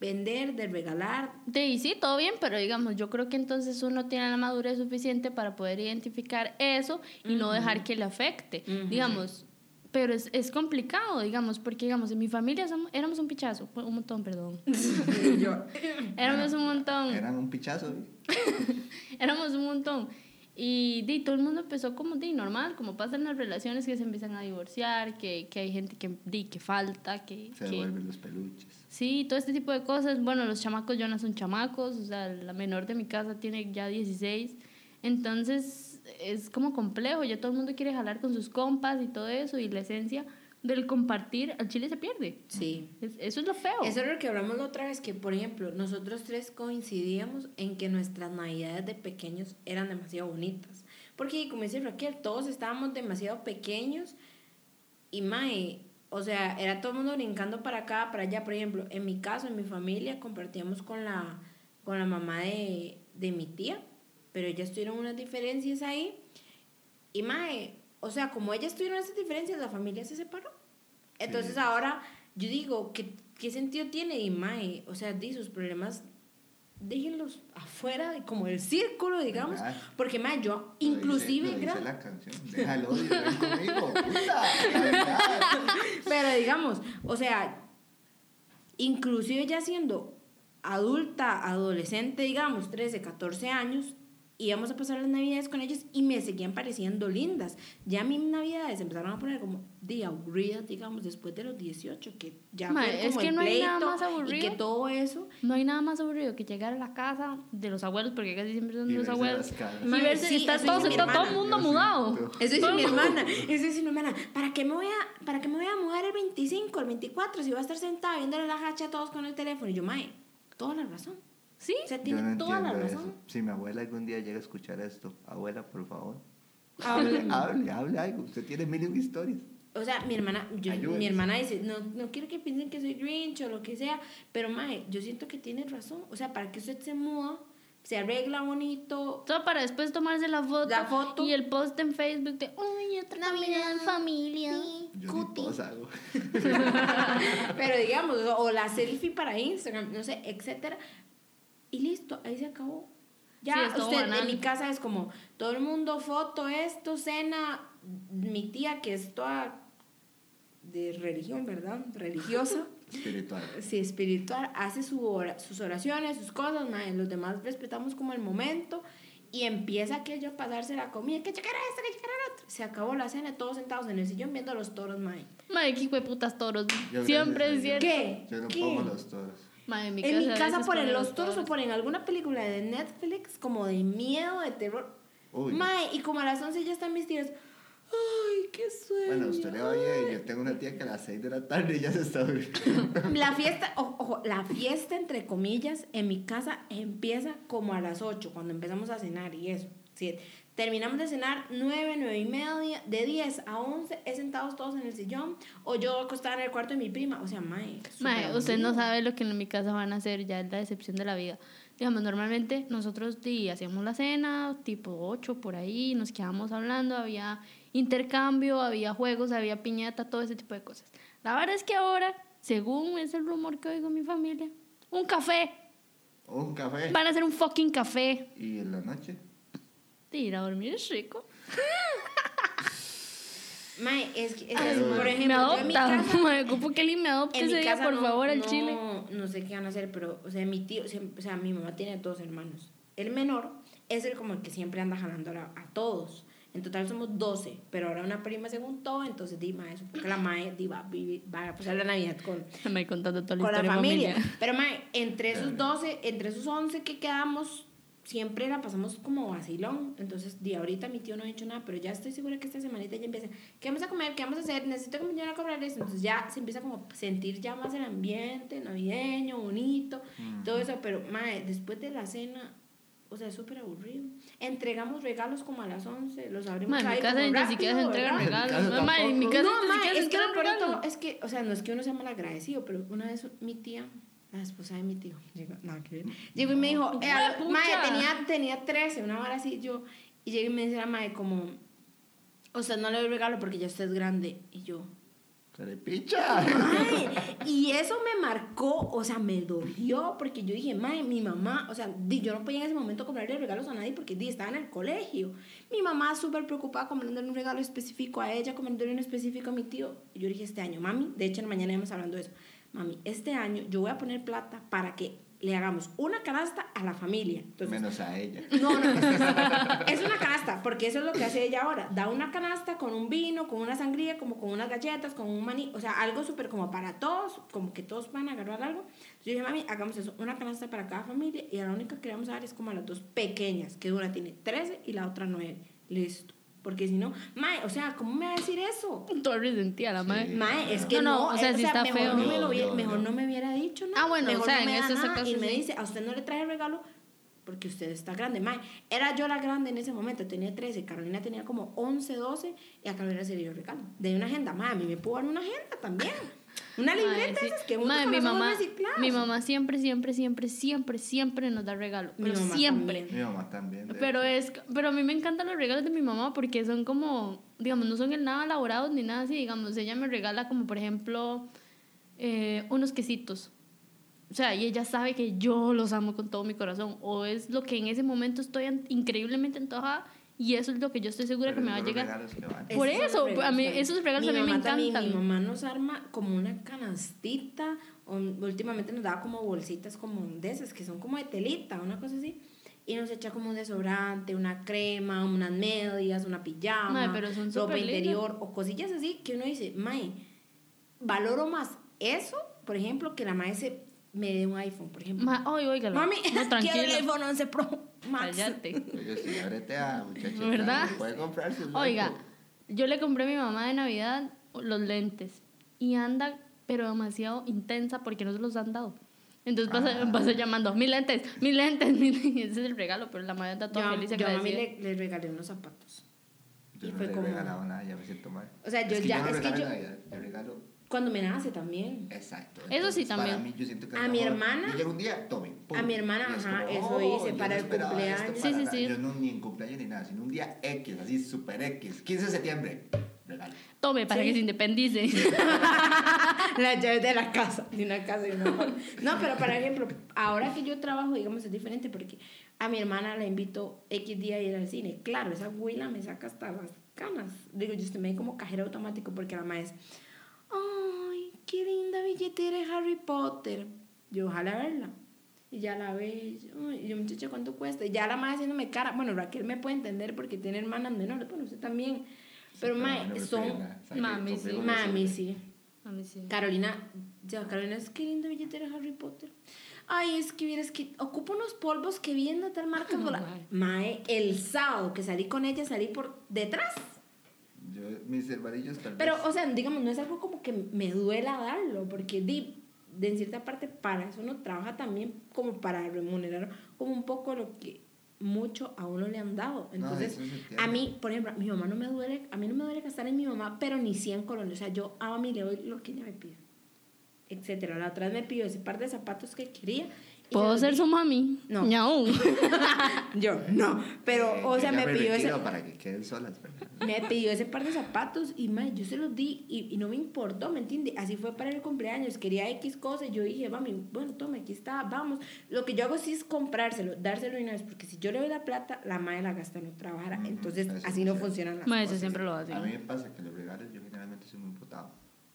Speaker 1: vender, de regalar.
Speaker 2: De, y sí, todo bien, pero digamos, yo creo que entonces uno tiene la madurez suficiente para poder identificar eso y no dejar que le afecte,
Speaker 1: Ujú.
Speaker 2: digamos. Pero es, es complicado, digamos, porque digamos, en mi familia som- éramos un pichazo, un montón, perdón. Éramos un montón.
Speaker 3: Eran un pichazo. ¿eh?
Speaker 2: Éramos un montón. Y de, todo el mundo empezó como de normal, como pasan las relaciones que se empiezan a divorciar, que, que hay gente que, di, que falta, que...
Speaker 3: Se
Speaker 2: que-
Speaker 3: devuelven los peluches.
Speaker 2: Sí, todo este tipo de cosas. Bueno, los chamacos ya no son chamacos, o sea, la menor de mi casa tiene ya 16. Entonces es como complejo, ya todo el mundo quiere jalar con sus compas y todo eso, y la esencia del compartir al chile se pierde.
Speaker 1: Sí.
Speaker 2: Es- eso es lo feo.
Speaker 1: Eso es lo que hablamos la otra vez, que por ejemplo, nosotros tres coincidíamos en que nuestras navidades de pequeños eran demasiado bonitas. Porque como dice Raquel, todos estábamos demasiado pequeños y mae, o sea, era todo el mundo brincando para acá, para allá. Por ejemplo, en mi caso, en mi familia, compartíamos con la, con la mamá de, de mi tía, pero ellas tuvieron unas diferencias ahí. Y mae, o sea, como ellas tuvieron esas diferencias, la familia se separó. Entonces
Speaker 3: Sí.
Speaker 1: ahora yo digo, ¿qué, qué sentido tiene? Y mae, o sea, di sus problemas, déjenlos afuera, de- como el círculo, digamos.
Speaker 3: ¿Verdad?
Speaker 1: Porque mae, yo
Speaker 3: Lo dice-
Speaker 1: inclusive...
Speaker 3: lo dice
Speaker 1: gra-
Speaker 3: la canción. Déjalo y ven conmigo. Puta, la verdad.
Speaker 1: Pero digamos, o sea, inclusive ya siendo adulta, adolescente, digamos, 13, 14 años, íbamos a pasar las navidades con ellos y me seguían pareciendo lindas. Ya mis navidades se empezaron a poner como de aburridas, digamos, después de los 18, que ya
Speaker 2: Ma,
Speaker 1: fue como
Speaker 2: es que
Speaker 1: el
Speaker 2: no hay nada
Speaker 1: pleito
Speaker 2: más aburrido.
Speaker 1: y que todo eso.
Speaker 2: No hay nada más aburrido que llegar a la casa de los abuelos, porque casi siempre son
Speaker 3: Y
Speaker 2: los
Speaker 3: verse
Speaker 2: abuelos.
Speaker 3: las caras.
Speaker 2: Y
Speaker 1: Ma,
Speaker 2: verse-
Speaker 1: sí,
Speaker 2: está,
Speaker 1: eso
Speaker 2: todo,
Speaker 1: dice mi
Speaker 2: está todo el
Speaker 1: hermana.
Speaker 2: mundo
Speaker 3: Yo sí,
Speaker 2: mudado.
Speaker 3: yo-
Speaker 1: Eso dice
Speaker 2: Todo
Speaker 1: mi
Speaker 2: el mundo-
Speaker 1: hermana, eso dice mi hermana, ¿para qué me voy a, para qué me voy a mudar el 25, el 24, si voy a estar sentada viéndole la hacha a todos con el teléfono? Y yo, mae, toda la razón. Sí, o sea, tiene
Speaker 3: Yo no
Speaker 1: toda la
Speaker 3: entiendo
Speaker 1: razón.
Speaker 3: eso. Si mi abuela algún día llega a escuchar esto, abuela, por favor,
Speaker 1: Hable.
Speaker 3: hable, hable algo. Usted tiene mil y una historias.
Speaker 1: O sea, mi hermana, yo-
Speaker 3: Ayúdenos.
Speaker 1: mi hermana dice, no, no quiero que piensen que soy grinch o lo que sea, pero mae, yo siento que tiene razón. O sea, para que usted se muda, se arregla bonito.
Speaker 2: Todo para después tomarse la foto,
Speaker 1: La foto.
Speaker 2: y el post en Facebook de ¡Ay, otra Navidad en familia!
Speaker 3: Yo ni todos hago.
Speaker 1: pero digamos, o, o la selfie para Instagram, no sé, etcétera. Y listo, ahí se acabó. Ya
Speaker 2: Sí, es todo
Speaker 1: usted en
Speaker 2: banal.
Speaker 1: mi casa es como, todo el mundo foto, esto, cena, mi tía que es toda de religión, ¿verdad? Religiosa.
Speaker 3: Espiritual.
Speaker 1: sí, espiritual, hace su ora- sus oraciones, sus cosas, mae, los demás respetamos como el momento y empieza aquello a pasarse la comida, que checara esta, que checara la otra. Se acabó la cena, todos sentados en el sillón viendo a los toros, mae.
Speaker 2: Madre, qué putas toros.
Speaker 3: Yo
Speaker 2: Siempre
Speaker 3: gracias a
Speaker 2: es cierto.
Speaker 1: Dios.
Speaker 3: Yo no
Speaker 1: ¿Qué?
Speaker 3: pongo los toros.
Speaker 2: Madre, mi
Speaker 1: en mi
Speaker 2: a
Speaker 1: casa
Speaker 2: veces
Speaker 1: ponen
Speaker 2: ponen
Speaker 1: los toros o ponen alguna película de Netflix como de miedo, de terror.
Speaker 3: Uy.
Speaker 1: Mae, y como a las 11 ya están mis tías. Ay, qué sueño.
Speaker 3: Bueno, usted le va bien. Yo tengo una tía que a las 6 de la tarde ya se está durmiendo.
Speaker 1: La fiesta, o- ojo, la fiesta entre comillas en mi casa empieza como a las 8, cuando empezamos a cenar y eso. siete. Terminamos de cenar 9, 9 y media, de 10 a 11, es sentados todos en el sillón, o yo acostada en el cuarto de mi prima, o sea, mae.
Speaker 2: Mae,
Speaker 1: súper
Speaker 2: usted no
Speaker 1: aburrido.
Speaker 2: sabe lo que en mi casa van a hacer, ya es la decepción de la vida. Digamos, normalmente nosotros di, hacíamos la cena, tipo 8 por ahí, nos quedábamos hablando, había intercambio, había juegos, había piñata, todo ese tipo de cosas. La verdad es que ahora, según es el rumor que oigo en mi familia, un café,
Speaker 3: Un café.
Speaker 2: van a hacer un fucking café.
Speaker 3: Y en la noche.
Speaker 2: De ir a dormir es rico.
Speaker 1: Mae, es que, es que,
Speaker 3: Ay,
Speaker 1: por
Speaker 3: mae.
Speaker 2: me
Speaker 1: ejemplo, yo en mi
Speaker 2: adopta,
Speaker 1: casa.
Speaker 2: mae, ocupo que alguien me adopte
Speaker 1: En
Speaker 2: ese
Speaker 1: mi
Speaker 2: día,
Speaker 1: casa
Speaker 2: por
Speaker 1: no-
Speaker 2: favor, al
Speaker 1: no-
Speaker 2: chile.
Speaker 1: No sé qué van a hacer, pero, o sea, mi tío, siempre- o sea, mi mamá tiene dos hermanos. El menor es el como el que siempre anda jalando a, a todos. En total somos 12, pero ahora una prima se juntó, entonces Dima, eso, porque la mae di, va, a vivir- va a pasar la Navidad con,
Speaker 2: Me contando toda la
Speaker 1: con la
Speaker 2: historia de
Speaker 1: familia.
Speaker 2: familia.
Speaker 1: Pero mae, entre esos
Speaker 3: Claro.
Speaker 1: 12, entre esos 11 que quedamos, siempre la pasamos como vacilón. Entonces, de ahorita mi tío no ha dicho nada, pero ya estoy segura que esta semanita ya empieza, ¿qué vamos a comer? ¿Qué vamos a hacer? Necesito que me vayan a cobrar eso. Entonces ya se empieza como a sentir ya más el ambiente navideño, bonito,
Speaker 3: mm,
Speaker 1: todo eso. Pero mae, después de la cena... O sea, es súper aburrido. Entregamos regalos como a las 11, los abrimos
Speaker 2: Mae, en mi
Speaker 1: ahí
Speaker 2: casa
Speaker 1: como
Speaker 2: ni siquiera se
Speaker 1: rápido,
Speaker 2: entregan
Speaker 1: ¿verdad?
Speaker 3: ¿verdad? En mi
Speaker 2: regalos.
Speaker 3: casa
Speaker 2: Mae, en mi
Speaker 3: tampoco.
Speaker 2: casa
Speaker 1: No,
Speaker 2: ni
Speaker 1: ma,
Speaker 2: siquiera se
Speaker 1: es que lo
Speaker 2: entregan
Speaker 1: peor de todo
Speaker 2: regalos.
Speaker 1: es que, o sea, no es que uno sea mal agradecido, pero una vez mi tía, la esposa de mi tío, llegó, nada que ver, llegó y me dijo, eh,
Speaker 2: ¡Hue
Speaker 1: mae,
Speaker 2: pucha!
Speaker 1: tenía, tenía 13, una hora así, yo, y llegué y me dice la madre como, o sea, no le doy regalo porque ya usted es grande, y yo,
Speaker 3: Se le picha.
Speaker 1: Mae, y eso me marcó, o sea, me dolió porque yo dije, mae, mi mamá, o sea, di, yo no podía en ese momento comprarle regalos a nadie porque di, estaba en el colegio. Mi mamá súper preocupada comprándole un regalo específico a ella, comprándole un específico a mi tío. Y yo dije, este año, mami, de hecho, en la mañana íbamos hablando de eso, mami, este año yo voy a poner plata para que le hagamos una canasta a la familia. Entonces,
Speaker 3: Menos a ella.
Speaker 1: no, no, es, es- es una canasta, porque eso es lo que hace ella ahora. Da una canasta con un vino, con una sangría, como con unas galletas, con un maní, o sea, algo súper como para todos, como que todos van a agarrar algo. Entonces yo dije, mami, hagamos eso, una canasta para cada familia, y a la única que le vamos a dar es como a las dos pequeñas, que una tiene 13 y la otra 9. Listo. Porque si no, mae, o sea, ¿cómo me va a decir eso?
Speaker 2: Todo resentía la madre.
Speaker 3: Sí.
Speaker 1: Mae, es que
Speaker 2: No, no,
Speaker 1: no,
Speaker 2: o sea,
Speaker 1: eh,
Speaker 2: sí está
Speaker 1: mejor,
Speaker 2: feo.
Speaker 1: No me lo
Speaker 3: No,
Speaker 1: hubiera,
Speaker 3: no,
Speaker 1: mejor
Speaker 3: no.
Speaker 1: no me hubiera dicho nada.
Speaker 2: Ah, bueno, o
Speaker 1: mejor
Speaker 2: sea,
Speaker 1: no
Speaker 2: en
Speaker 1: me da
Speaker 2: ese
Speaker 1: nada.
Speaker 2: caso
Speaker 1: Y me
Speaker 2: sí.
Speaker 1: dice, a usted no le trae regalo porque usted está grande. Mae, era yo la grande en ese momento, tenía 13, Carolina tenía como 11, 12 y a Carolina se le dio regalo. De una agenda, mae, a mí me pudo dar una agenda también. Una
Speaker 2: Madre,
Speaker 1: libreta
Speaker 2: sí.
Speaker 1: esas que uno
Speaker 2: Madre,
Speaker 1: con
Speaker 2: mi
Speaker 1: las hojas
Speaker 2: mamá,
Speaker 1: recicladas.
Speaker 2: mi mamá siempre, siempre, siempre, siempre, siempre nos da regalo.
Speaker 1: Mi
Speaker 2: Pero
Speaker 1: mamá
Speaker 2: siempre.
Speaker 1: también.
Speaker 3: Mi mamá también. de
Speaker 2: Pero
Speaker 3: hecho.
Speaker 2: es, pero a mí me encantan los regalos de mi mamá porque son como, digamos, no son el nada elaborados ni nada así. Digamos, ella me regala como, por ejemplo, eh, unos quesitos. O sea, y ella sabe que yo los amo con todo mi corazón. O es lo que en ese momento estoy an- increíblemente antojada y eso es lo que yo estoy segura
Speaker 3: Pero
Speaker 2: que me va a
Speaker 3: son los
Speaker 2: llegar.
Speaker 3: regalos que van.
Speaker 2: Eh, Por
Speaker 1: Esos
Speaker 2: eso,
Speaker 1: son los
Speaker 2: a mí-
Speaker 1: también.
Speaker 2: esos regalos a mí me
Speaker 1: mamá también,
Speaker 2: encantan.
Speaker 1: mi mamá nos arma como una canastita, o últimamente nos daba como bolsitas como de esas, que son como de telita, una cosa así. Y nos echa como un desodorante, una crema, unas medias, una pijama,
Speaker 2: Mae, pero son
Speaker 1: ropa
Speaker 2: súper lindas.
Speaker 1: interior o cosillas así que uno dice, mae, valoro más eso, por ejemplo, que la mae se me dé un iPhone, por ejemplo.
Speaker 2: Ma, ay, óigalo.
Speaker 1: Mami,
Speaker 2: no,
Speaker 1: quiero el
Speaker 2: tranquila.
Speaker 1: iPhone 11 Pro Max.
Speaker 2: Cállate.
Speaker 3: Yo sí, bretea, muchachita.
Speaker 2: ¿Verdad?
Speaker 3: Puede comprar sus
Speaker 2: Oiga, yo le compré a mi mamá de Navidad los lentes y anda, pero demasiado intensa porque no se los han dado. Entonces vas, a-
Speaker 3: Ah.
Speaker 2: vas a llamando, mis lentes, mis lentes, mis lentes. Ese es el regalo, pero la madre está
Speaker 1: Yo,
Speaker 2: toda
Speaker 1: a-
Speaker 2: feliz y
Speaker 1: yo a mami
Speaker 2: agradecida.
Speaker 1: le, le regalé unos zapatos.
Speaker 3: Yo
Speaker 1: Y
Speaker 3: no
Speaker 1: fue
Speaker 3: le he
Speaker 1: como-
Speaker 3: regalado nada, ya me siento mal.
Speaker 1: O sea, yo
Speaker 3: Es que
Speaker 1: ya-
Speaker 3: no
Speaker 1: es que
Speaker 3: regalo
Speaker 1: yo-
Speaker 3: Navidad, yo regalo.
Speaker 1: Cuando me nace también.
Speaker 3: Exacto.
Speaker 2: Eso sí
Speaker 3: entonces,
Speaker 2: también.
Speaker 3: Para mí, yo siento que
Speaker 1: A
Speaker 3: es
Speaker 1: mi
Speaker 3: mejor.
Speaker 1: hermana-
Speaker 3: Yo llego un día, tomen.
Speaker 1: A mi hermana, ajá, eso
Speaker 3: "Oh,
Speaker 1: hice, para el cumpleaños.
Speaker 2: Sí, sí, sí.
Speaker 3: Yo no ni en cumpleaños ni nada, sino un día X, así super X. 15 de septiembre, regalo.
Speaker 2: Tome para
Speaker 1: Sí.
Speaker 2: que se independice.
Speaker 1: Las llaves de la casa, de una casa y una No, pero por ejemplo, ahora que yo trabajo, digamos, es diferente porque a mi hermana la invito X día a ir al cine. Claro, esa güila me saca hasta las canas. Digo, yo estoy medio como cajero automático porque la madre es, ay, qué linda billetera de Harry Potter. Yo ojalá verla. Y ya la ve, ay, y yo muchacha, ¿cuánto cuesta? Y ya la madre haciéndome cara. Bueno, Raquel me puede entender porque tiene hermanas menores, bueno, usted también. Pero, mae,
Speaker 3: no me
Speaker 1: son...
Speaker 3: pena, o sea, que
Speaker 2: Mami, sí.
Speaker 3: conmigo no
Speaker 1: Mami,
Speaker 3: sirve.
Speaker 1: sí.
Speaker 2: A mí sí.
Speaker 1: Carolina, ya, Carolina es que linda billetera Harry Potter. Ay, es que vieras que ocupo unos polvos que vienen de tal marca.
Speaker 2: No,
Speaker 1: sola.
Speaker 2: mae.
Speaker 1: Mae, el sábado que salí con ella, salí por detrás.
Speaker 3: Yo, mis hermanillos tal
Speaker 1: Pero,
Speaker 3: vez.
Speaker 1: o sea, digamos, no es algo como que me duela darlo, porque di, de en cierta parte para eso uno trabaja también como para remunerar como un poco lo que mucho a uno le han dado. Entonces,
Speaker 3: eso se entiende.
Speaker 1: a mí, por ejemplo, a mi mamá no me duele, a mí no me duele gastar en mi mamá, pero ni 100 colones. O sea, yo a mí le doy lo que ella me pide, etcétera. La otra vez me pidió ese par de zapatos que quería. y
Speaker 2: ¿Puedo
Speaker 1: se
Speaker 2: ser
Speaker 1: los
Speaker 2: su mami?
Speaker 1: No.
Speaker 2: Ñau.
Speaker 1: di. Yo, no, pero,
Speaker 3: Eh,
Speaker 1: o
Speaker 3: yo
Speaker 1: sea,
Speaker 3: ya
Speaker 1: me pidió ese...
Speaker 3: retiro para que queden solas, ¿verdad?
Speaker 1: Me pidió ese par de zapatos y mae, yo se los di y, y no me importó, ¿me entiende? Así fue para el cumpleaños, quería X cosas, yo dije, mami, bueno, toma, aquí está, vamos. Lo que yo hago sí es comprárselo, dárselo de una vez, porque si yo le doy la plata, la madre la gasta en otra vara,
Speaker 3: Ujú,
Speaker 1: entonces
Speaker 3: eso
Speaker 1: así no
Speaker 3: sí.
Speaker 1: funcionan las
Speaker 2: Mae,
Speaker 1: cosas.
Speaker 2: eso siempre lo hace.
Speaker 3: A mí me pasa que los regalos yo generalmente soy muy votado.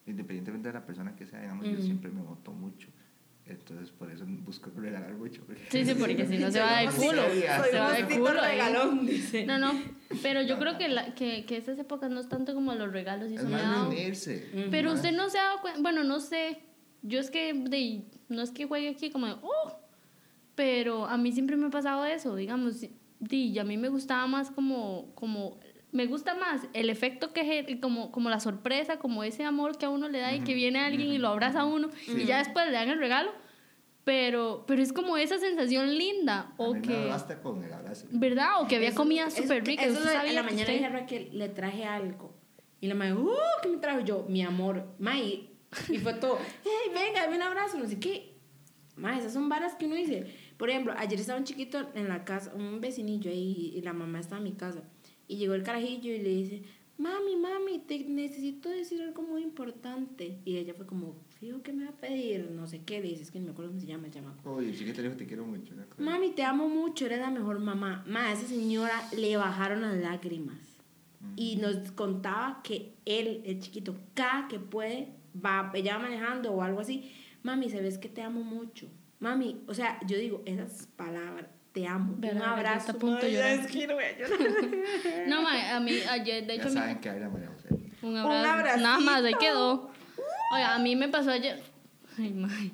Speaker 3: Independientemente de la persona que sea, digamos,
Speaker 1: Ujú.
Speaker 3: yo siempre me voto mucho. Entonces, por eso busco regalar mucho.
Speaker 2: Sí, sí, porque si no se va de
Speaker 3: Yo no
Speaker 2: culo.
Speaker 3: sabía.
Speaker 2: Se va de
Speaker 1: Soy un
Speaker 2: culo. ahí.
Speaker 1: regalón, dice.
Speaker 2: No, no. Pero yo creo que, la, que, que estas épocas no es tanto como los regalos y
Speaker 3: Es
Speaker 2: eso. me ha
Speaker 3: más
Speaker 2: dado-
Speaker 3: de unirse.
Speaker 2: Pero
Speaker 3: Más-
Speaker 2: usted no se ha dado cuenta, bueno, no sé, yo es que de- no es que juegue aquí como de, oh, pero a mí siempre me ha pasado eso, digamos, y a mí me gustaba más como, como me gusta más el efecto que ge- como, como la sorpresa, como ese amor que a uno le da y que
Speaker 3: Ujú,
Speaker 2: viene alguien y lo abraza a uno y
Speaker 3: Sí.
Speaker 2: ya después le dan el regalo, pero, pero es como esa sensación linda
Speaker 3: a
Speaker 2: o
Speaker 3: mí
Speaker 2: que,
Speaker 3: Me basta con el abrazo.
Speaker 2: ¿verdad? O que había
Speaker 1: Eso-
Speaker 2: comida
Speaker 1: eso-
Speaker 2: súper rica. y
Speaker 1: Eso,
Speaker 2: usted
Speaker 1: de-
Speaker 2: sabía
Speaker 1: en la
Speaker 2: que
Speaker 1: mañana
Speaker 2: usted-
Speaker 1: dije a Raquel, le traje algo. Y la madre, ¡uh! ¿Qué me trajo yo? Mi amor, May. Y fue todo, ¡hey, venga, dame un abrazo! No sé qué. Mae, esas son varas que uno dice. Por ejemplo, ayer estaba un chiquito en la casa, un vecinillo ahí, y la mamá estaba en mi casa. Y llegó el carajillo y le dice, mami, mami, te necesito decir algo muy importante. Y ella fue como, fijo, ¿qué me va a pedir? No sé qué. Le dice, es que no me acuerdo cómo se llama, se llama
Speaker 3: Oye, el chiquito le dijo, te quiero mucho. ¿no?
Speaker 1: Mami, te amo mucho, eres la mejor mamá. Ma, a esa señora le bajaron las lágrimas. Y nos contaba que él, el chiquito, cada que puede, va, ella va manejando o algo así. Mami, sabes que te amo mucho. Mami, o sea, yo digo esas palabras, te amo. Un
Speaker 2: Verdad, ya
Speaker 1: abrazo.
Speaker 2: está a punto de
Speaker 1: Ay,
Speaker 2: llorar.
Speaker 1: es que no voy a llorar.
Speaker 2: No, ma, a mí, ayer, de hecho,
Speaker 3: Ya
Speaker 2: a mí-
Speaker 3: saben que hay la ¿eh? María José.
Speaker 2: Un abrazo.
Speaker 1: abracito.
Speaker 2: Nada más, ahí quedó. Oye, a mí me pasó ayer. Ay, mae.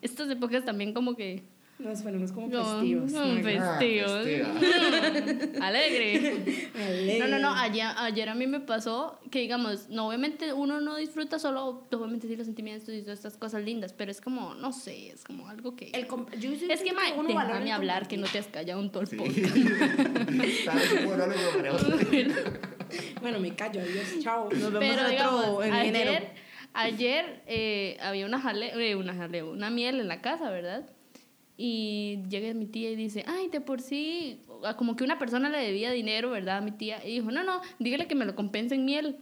Speaker 2: Estas épocas también como que.
Speaker 1: Nos ponemos como
Speaker 2: No,
Speaker 1: festivos.
Speaker 2: no,
Speaker 1: Ay,
Speaker 2: pues.
Speaker 3: Ah,
Speaker 2: Festivos.
Speaker 3: festiva.
Speaker 2: Alegre.
Speaker 1: Ale.
Speaker 2: No, no, no. Ayer, ayer a mí me pasó que, digamos, no, obviamente uno no disfruta solo, obviamente sí los sentimientos y todas estas cosas lindas, pero es como, no sé, es como algo que.
Speaker 1: El comp- yo sí
Speaker 2: es que,
Speaker 1: siento
Speaker 2: mae,
Speaker 1: uno valora
Speaker 2: déjame
Speaker 1: el
Speaker 2: hablar que no
Speaker 1: compartir.
Speaker 2: te has callado un todo el
Speaker 3: Sí.
Speaker 2: podcast.
Speaker 3: Tal vez un monólogo de María José.
Speaker 1: Bueno, me callo, adiós, chao. Nos vemos
Speaker 2: Pero
Speaker 1: en otro-
Speaker 2: digamos,
Speaker 1: en enero.
Speaker 2: ayer, ayer eh, había una jale, eh, una jale, una miel en la casa, ¿verdad? Y llega mi tía y dice, ay, de por sí, ah, como que una persona le debía dinero, ¿verdad? A mi tía. Y dijo, no, no, dígale que me lo compense en miel.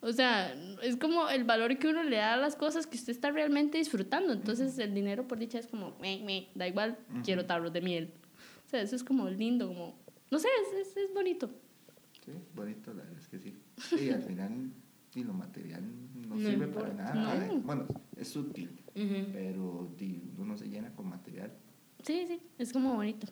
Speaker 2: O sea, es como el valor que uno le da a las cosas que usted está realmente disfrutando. Entonces, el dinero por dicha es como, me, me, da igual,
Speaker 3: Ujú.
Speaker 2: quiero tarros de miel. O sea, eso es como lindo, como, no sé, es, es, es bonito.
Speaker 3: Sí, bonito, la verdad es que sí. Y al final, y lo material no,
Speaker 1: No
Speaker 3: sirve
Speaker 1: importa.
Speaker 3: para nada. ¿eh?
Speaker 2: No.
Speaker 3: Bueno, es útil,
Speaker 1: Ujú.
Speaker 3: pero di, uno se llena con material.
Speaker 2: Sí, sí, es como bonito.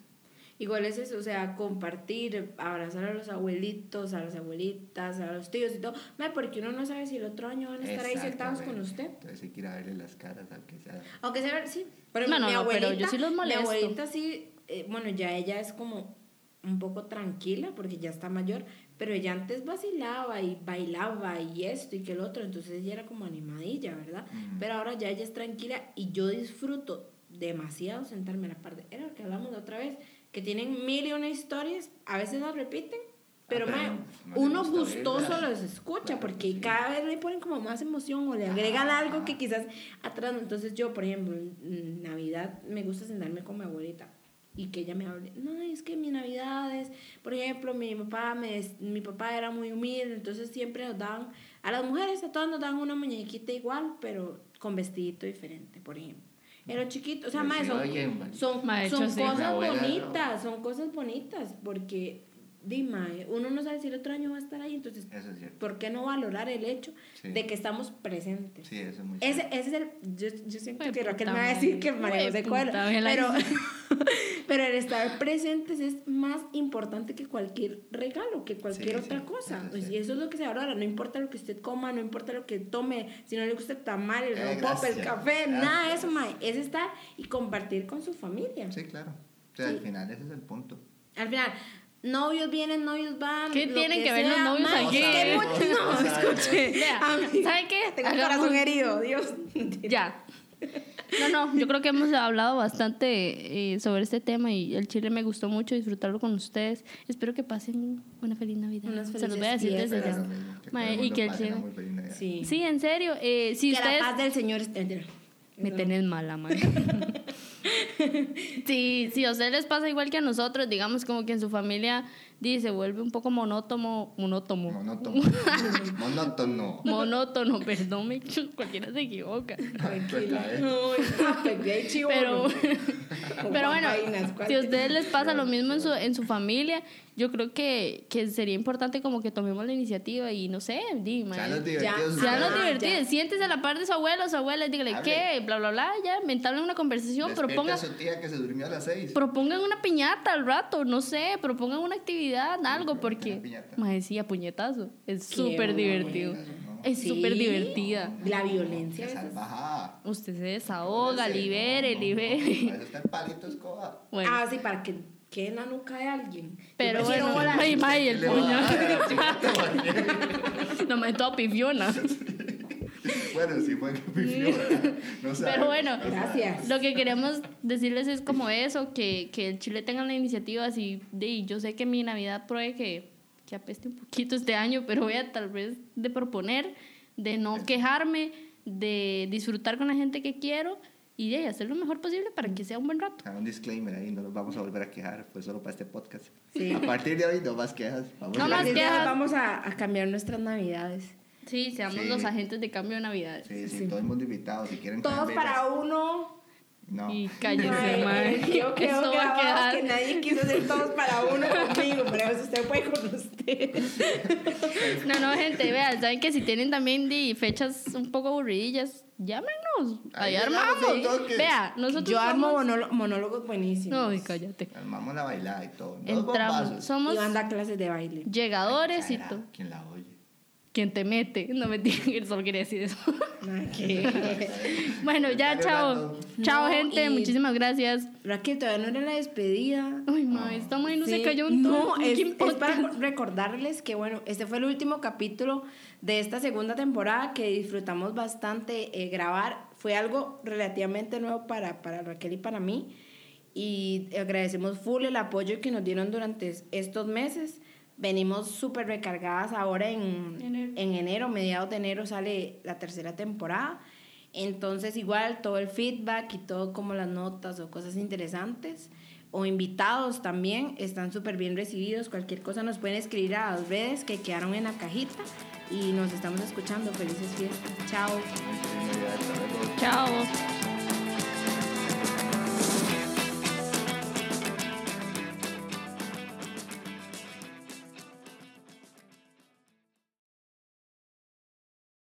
Speaker 1: Igual es eso, o sea, compartir, abrazar a los abuelitos, a las abuelitas, a los tíos y todo. Mae, porque uno no sabe si el otro año van a estar ahí sentados con
Speaker 3: Exactamente.
Speaker 1: usted.
Speaker 3: Entonces hay que ir a verle las caras, aunque sea.
Speaker 1: Aunque sea, sí.
Speaker 2: No, no,
Speaker 1: mi
Speaker 2: no, pero
Speaker 1: abuelita,
Speaker 2: yo sí los molesto.
Speaker 1: Mi abuelita sí, eh, bueno, ya ella es como un poco tranquila porque ya está mayor, pero ella antes vacilaba y bailaba y esto y que el otro, entonces ella era como animadilla, ¿verdad?
Speaker 3: Ujú.
Speaker 1: Pero ahora ya ella es tranquila y yo disfruto demasiado sentarme a la par de. Era lo que hablamos la otra vez, que tienen mil y una historias, a veces las repiten, pero
Speaker 3: Ah, pero
Speaker 1: mae,
Speaker 3: no le
Speaker 1: uno
Speaker 3: gusta
Speaker 1: gustoso
Speaker 3: verlas.
Speaker 1: los escucha,
Speaker 3: Claro,
Speaker 1: porque
Speaker 3: sí.
Speaker 1: cada vez le ponen como más emoción o le agregan
Speaker 3: Ajá.
Speaker 1: algo que quizás atrás. no. Entonces yo, por ejemplo, en Navidad me gusta sentarme con mi abuelita. Y que ella me hable, no, es que mi Navidad es, por ejemplo, mi papá, me, des- mi papá era muy humilde, entonces siempre nos daban, a las mujeres, a todas nos daban una muñequita igual, pero con vestidito diferente, por ejemplo. Era chiquito, o sea,
Speaker 3: Sí,
Speaker 1: mae,
Speaker 3: sí,
Speaker 1: son-
Speaker 3: oye, mae.
Speaker 1: son,
Speaker 2: Mae,
Speaker 1: son
Speaker 2: yo sí.
Speaker 3: Mi
Speaker 1: cosas
Speaker 3: abuela, no.
Speaker 1: bonitas, son cosas bonitas, porque, dime, uno no sabe si el otro año va a estar ahí, entonces,
Speaker 3: Eso es cierto.
Speaker 1: ¿por qué no valorar el hecho
Speaker 3: Sí.
Speaker 1: de que estamos presentes?
Speaker 3: Sí, eso es muy
Speaker 1: Ese,
Speaker 3: cierto.
Speaker 1: ese es el. Yo, yo siento
Speaker 2: Jue
Speaker 1: que Raquel
Speaker 2: Pues puta
Speaker 1: me va a decir
Speaker 2: madre.
Speaker 1: que María
Speaker 2: Jue
Speaker 1: José
Speaker 2: puta,
Speaker 1: Coelho.
Speaker 2: ojalá
Speaker 1: Pero,
Speaker 2: que
Speaker 1: pero el estar presentes es más importante que cualquier regalo, que cualquier
Speaker 3: Sí,
Speaker 1: otra
Speaker 3: sí,
Speaker 1: cosa.
Speaker 3: eso es
Speaker 1: y eso es lo que se valora. No importa lo que usted coma, no importa lo que tome, si no le gusta el tamal, el
Speaker 3: Eh,
Speaker 1: rompope, el
Speaker 3: gracias,
Speaker 1: café, nada de
Speaker 3: gracias.
Speaker 1: eso, mae. Es estar y compartir con su familia.
Speaker 3: Sí, claro. O sea,
Speaker 1: Sí.
Speaker 3: al final ese es el punto.
Speaker 1: Al final, novios vienen, novios van.
Speaker 2: ¿Qué
Speaker 1: lo
Speaker 2: tienen que ver los novios
Speaker 1: mae,
Speaker 2: aquí?
Speaker 1: es que
Speaker 2: No
Speaker 1: mucho- No,
Speaker 3: sabemos, no sabemos.
Speaker 1: escuche.
Speaker 2: Vea,
Speaker 1: a mí-
Speaker 2: ¿sabe qué?
Speaker 1: Tengo el
Speaker 2: Hagamos-
Speaker 1: corazón herido, Dios.
Speaker 2: Ya. No, no, yo creo que hemos hablado bastante eh, sobre este tema y el chile me gustó mucho disfrutarlo con ustedes. Espero que pasen una feliz Navidad.
Speaker 1: Unas
Speaker 2: Se los voy a
Speaker 1: felices
Speaker 2: decir desde
Speaker 1: fiestas.
Speaker 3: Pero
Speaker 2: ya.
Speaker 3: lo mismo, que
Speaker 2: Mae,
Speaker 3: todo el
Speaker 2: y
Speaker 3: mundo
Speaker 2: que el
Speaker 3: pase
Speaker 2: chile.
Speaker 3: una muy feliz Navidad.
Speaker 1: Sí.
Speaker 2: Sí, en serio. eh, si
Speaker 1: que
Speaker 2: ustedes.
Speaker 1: la paz del Señor esté entera.
Speaker 2: Me tenés mala, man. sí, si a ustedes les pasa igual que a nosotros, digamos como que en su familia di, se vuelve un poco monótono, monótono,
Speaker 3: Monótono. Monótono.
Speaker 2: monótono, perdón, me, cualquiera se equivoca.
Speaker 1: Tranquila.
Speaker 3: Tranquila, ¿eh?
Speaker 1: No, ya, pegué el chivo.
Speaker 2: Pero,
Speaker 1: Con
Speaker 2: pero bueno,
Speaker 1: vainas, ¿cuál?
Speaker 2: si a ustedes les pasa lo mismo en su, en su familia, yo creo que, que sería importante como que tomemos la iniciativa y no sé, di,
Speaker 3: Sean los
Speaker 2: mae,
Speaker 3: divertidos.
Speaker 2: Sean los
Speaker 1: Ah, ya.
Speaker 2: divertidos, siéntese a la par de su abuelo, su abuela, y dígale,
Speaker 3: Hable.
Speaker 2: ¿qué? Bla, bla, bla, ya, mentarle una conversación,
Speaker 3: Despierte
Speaker 2: proponga,
Speaker 3: a su tía que se durmió a las seis.
Speaker 2: propongan una piñata al rato, no sé, propongan una actividad, algo,
Speaker 3: propongan
Speaker 2: porque,
Speaker 3: una piñata.
Speaker 2: mae, sí, a puñetazo, es
Speaker 1: Qué
Speaker 2: súper divertido,
Speaker 3: bueno, ¿no?
Speaker 2: es
Speaker 1: Sí.
Speaker 2: súper divertida.
Speaker 1: La violencia
Speaker 3: Qué
Speaker 1: a veces.
Speaker 3: salvajada.
Speaker 2: Usted se desahoga,
Speaker 3: Ese,
Speaker 2: libere,
Speaker 3: no, no, no,
Speaker 2: libere.
Speaker 3: Para eso está el palito escoba.
Speaker 2: Bueno.
Speaker 1: Ah, sí, para que quede en la nuca de alguien. Pues, Yo
Speaker 2: Pero
Speaker 1: prefiero
Speaker 2: bueno,
Speaker 1: volar.
Speaker 2: ay, ay, el
Speaker 3: Le va a dar
Speaker 2: puño.
Speaker 3: a la piñata,
Speaker 2: No me topa Fiona.
Speaker 3: Bueno, sí fue que pifió. No sabe.
Speaker 2: Pero bueno.
Speaker 3: No sabe.
Speaker 1: Gracias.
Speaker 2: Lo que queremos decirles es como eso, que, que el Chile tenga la iniciativa. Así de, yo sé que mi Navidad pruebe que, que apeste un poquito este año, pero voy a tal vez de proponer, de no quejarme, de disfrutar con la gente que quiero y de hacer lo mejor posible para que sea un buen rato.
Speaker 3: Ah, Un disclaimer ahí, no nos vamos a volver a quejar, fue solo para este podcast.
Speaker 1: Sí.
Speaker 3: A partir de hoy no más quejas. Vamos
Speaker 2: No
Speaker 3: a-
Speaker 2: más
Speaker 1: Así que
Speaker 2: quejas.
Speaker 1: vamos a, a cambiar nuestras navidades.
Speaker 2: Sí, seamos
Speaker 3: Sí.
Speaker 2: los agentes de cambio de Navidad.
Speaker 3: Sí, sí,
Speaker 1: Sí.
Speaker 3: todo el mundo invitado, si quieren
Speaker 1: Todos
Speaker 3: traer
Speaker 1: para
Speaker 3: velas.
Speaker 1: uno.
Speaker 3: No.
Speaker 2: Y
Speaker 1: Ay,
Speaker 2: cállense, madre.
Speaker 1: Yo creo
Speaker 2: Esto
Speaker 1: que,
Speaker 2: va a quedar.
Speaker 1: que nadie quiso hacer todos para uno conmigo, pero eso usted fue con usted.
Speaker 2: No, no, gente, vean, saben que si tienen también di, fechas un poco aburridillas, llámenos.
Speaker 3: Ahí
Speaker 2: Ahí,
Speaker 3: le damos
Speaker 2: armamos.
Speaker 3: el toque.
Speaker 2: Vea, nosotros
Speaker 1: Yo armo
Speaker 2: somos-
Speaker 1: monólo- monólogos buenísimos.
Speaker 2: No, ay, cállate.
Speaker 3: Armamos la bailada y todo. Dos
Speaker 2: Entramos,
Speaker 3: bombazos.
Speaker 2: somos
Speaker 1: Y manda clases de baile.
Speaker 2: llegadores y
Speaker 3: Ay,
Speaker 2: todo.
Speaker 3: ¿Quién la oye?
Speaker 2: Quien te mete. No me digan, solo quería decir eso.
Speaker 1: Nada que-
Speaker 2: Bueno, ya,
Speaker 3: Dale,
Speaker 2: chao.
Speaker 3: Orlando.
Speaker 2: Chao,
Speaker 1: No,
Speaker 2: gente.
Speaker 1: y-
Speaker 2: Muchísimas gracias.
Speaker 1: Raquel, todavía no era la despedida.
Speaker 2: Ay, madre, esta madre no se
Speaker 1: Sí,
Speaker 2: cayó un
Speaker 1: No,
Speaker 2: toque.
Speaker 1: es,
Speaker 2: ¿Qué
Speaker 1: es
Speaker 2: importa?
Speaker 1: para recordarles que, bueno, este fue el último capítulo de esta segunda temporada que disfrutamos bastante eh, grabar. Fue algo relativamente nuevo para, para Raquel y para mí. Y agradecemos full el apoyo que nos dieron durante es- estos meses. Venimos súper recargadas ahora en
Speaker 2: Enero.
Speaker 1: en enero, mediados de enero sale la tercera temporada. Entonces igual todo el feedback y todo como las notas o cosas interesantes o invitados también están súper bien recibidos. Cualquier cosa nos pueden escribir a las redes que quedaron en la cajita y nos estamos escuchando. Felices fiestas. Chao.
Speaker 3: Ay, qué novedad, hasta luego.
Speaker 2: Chao.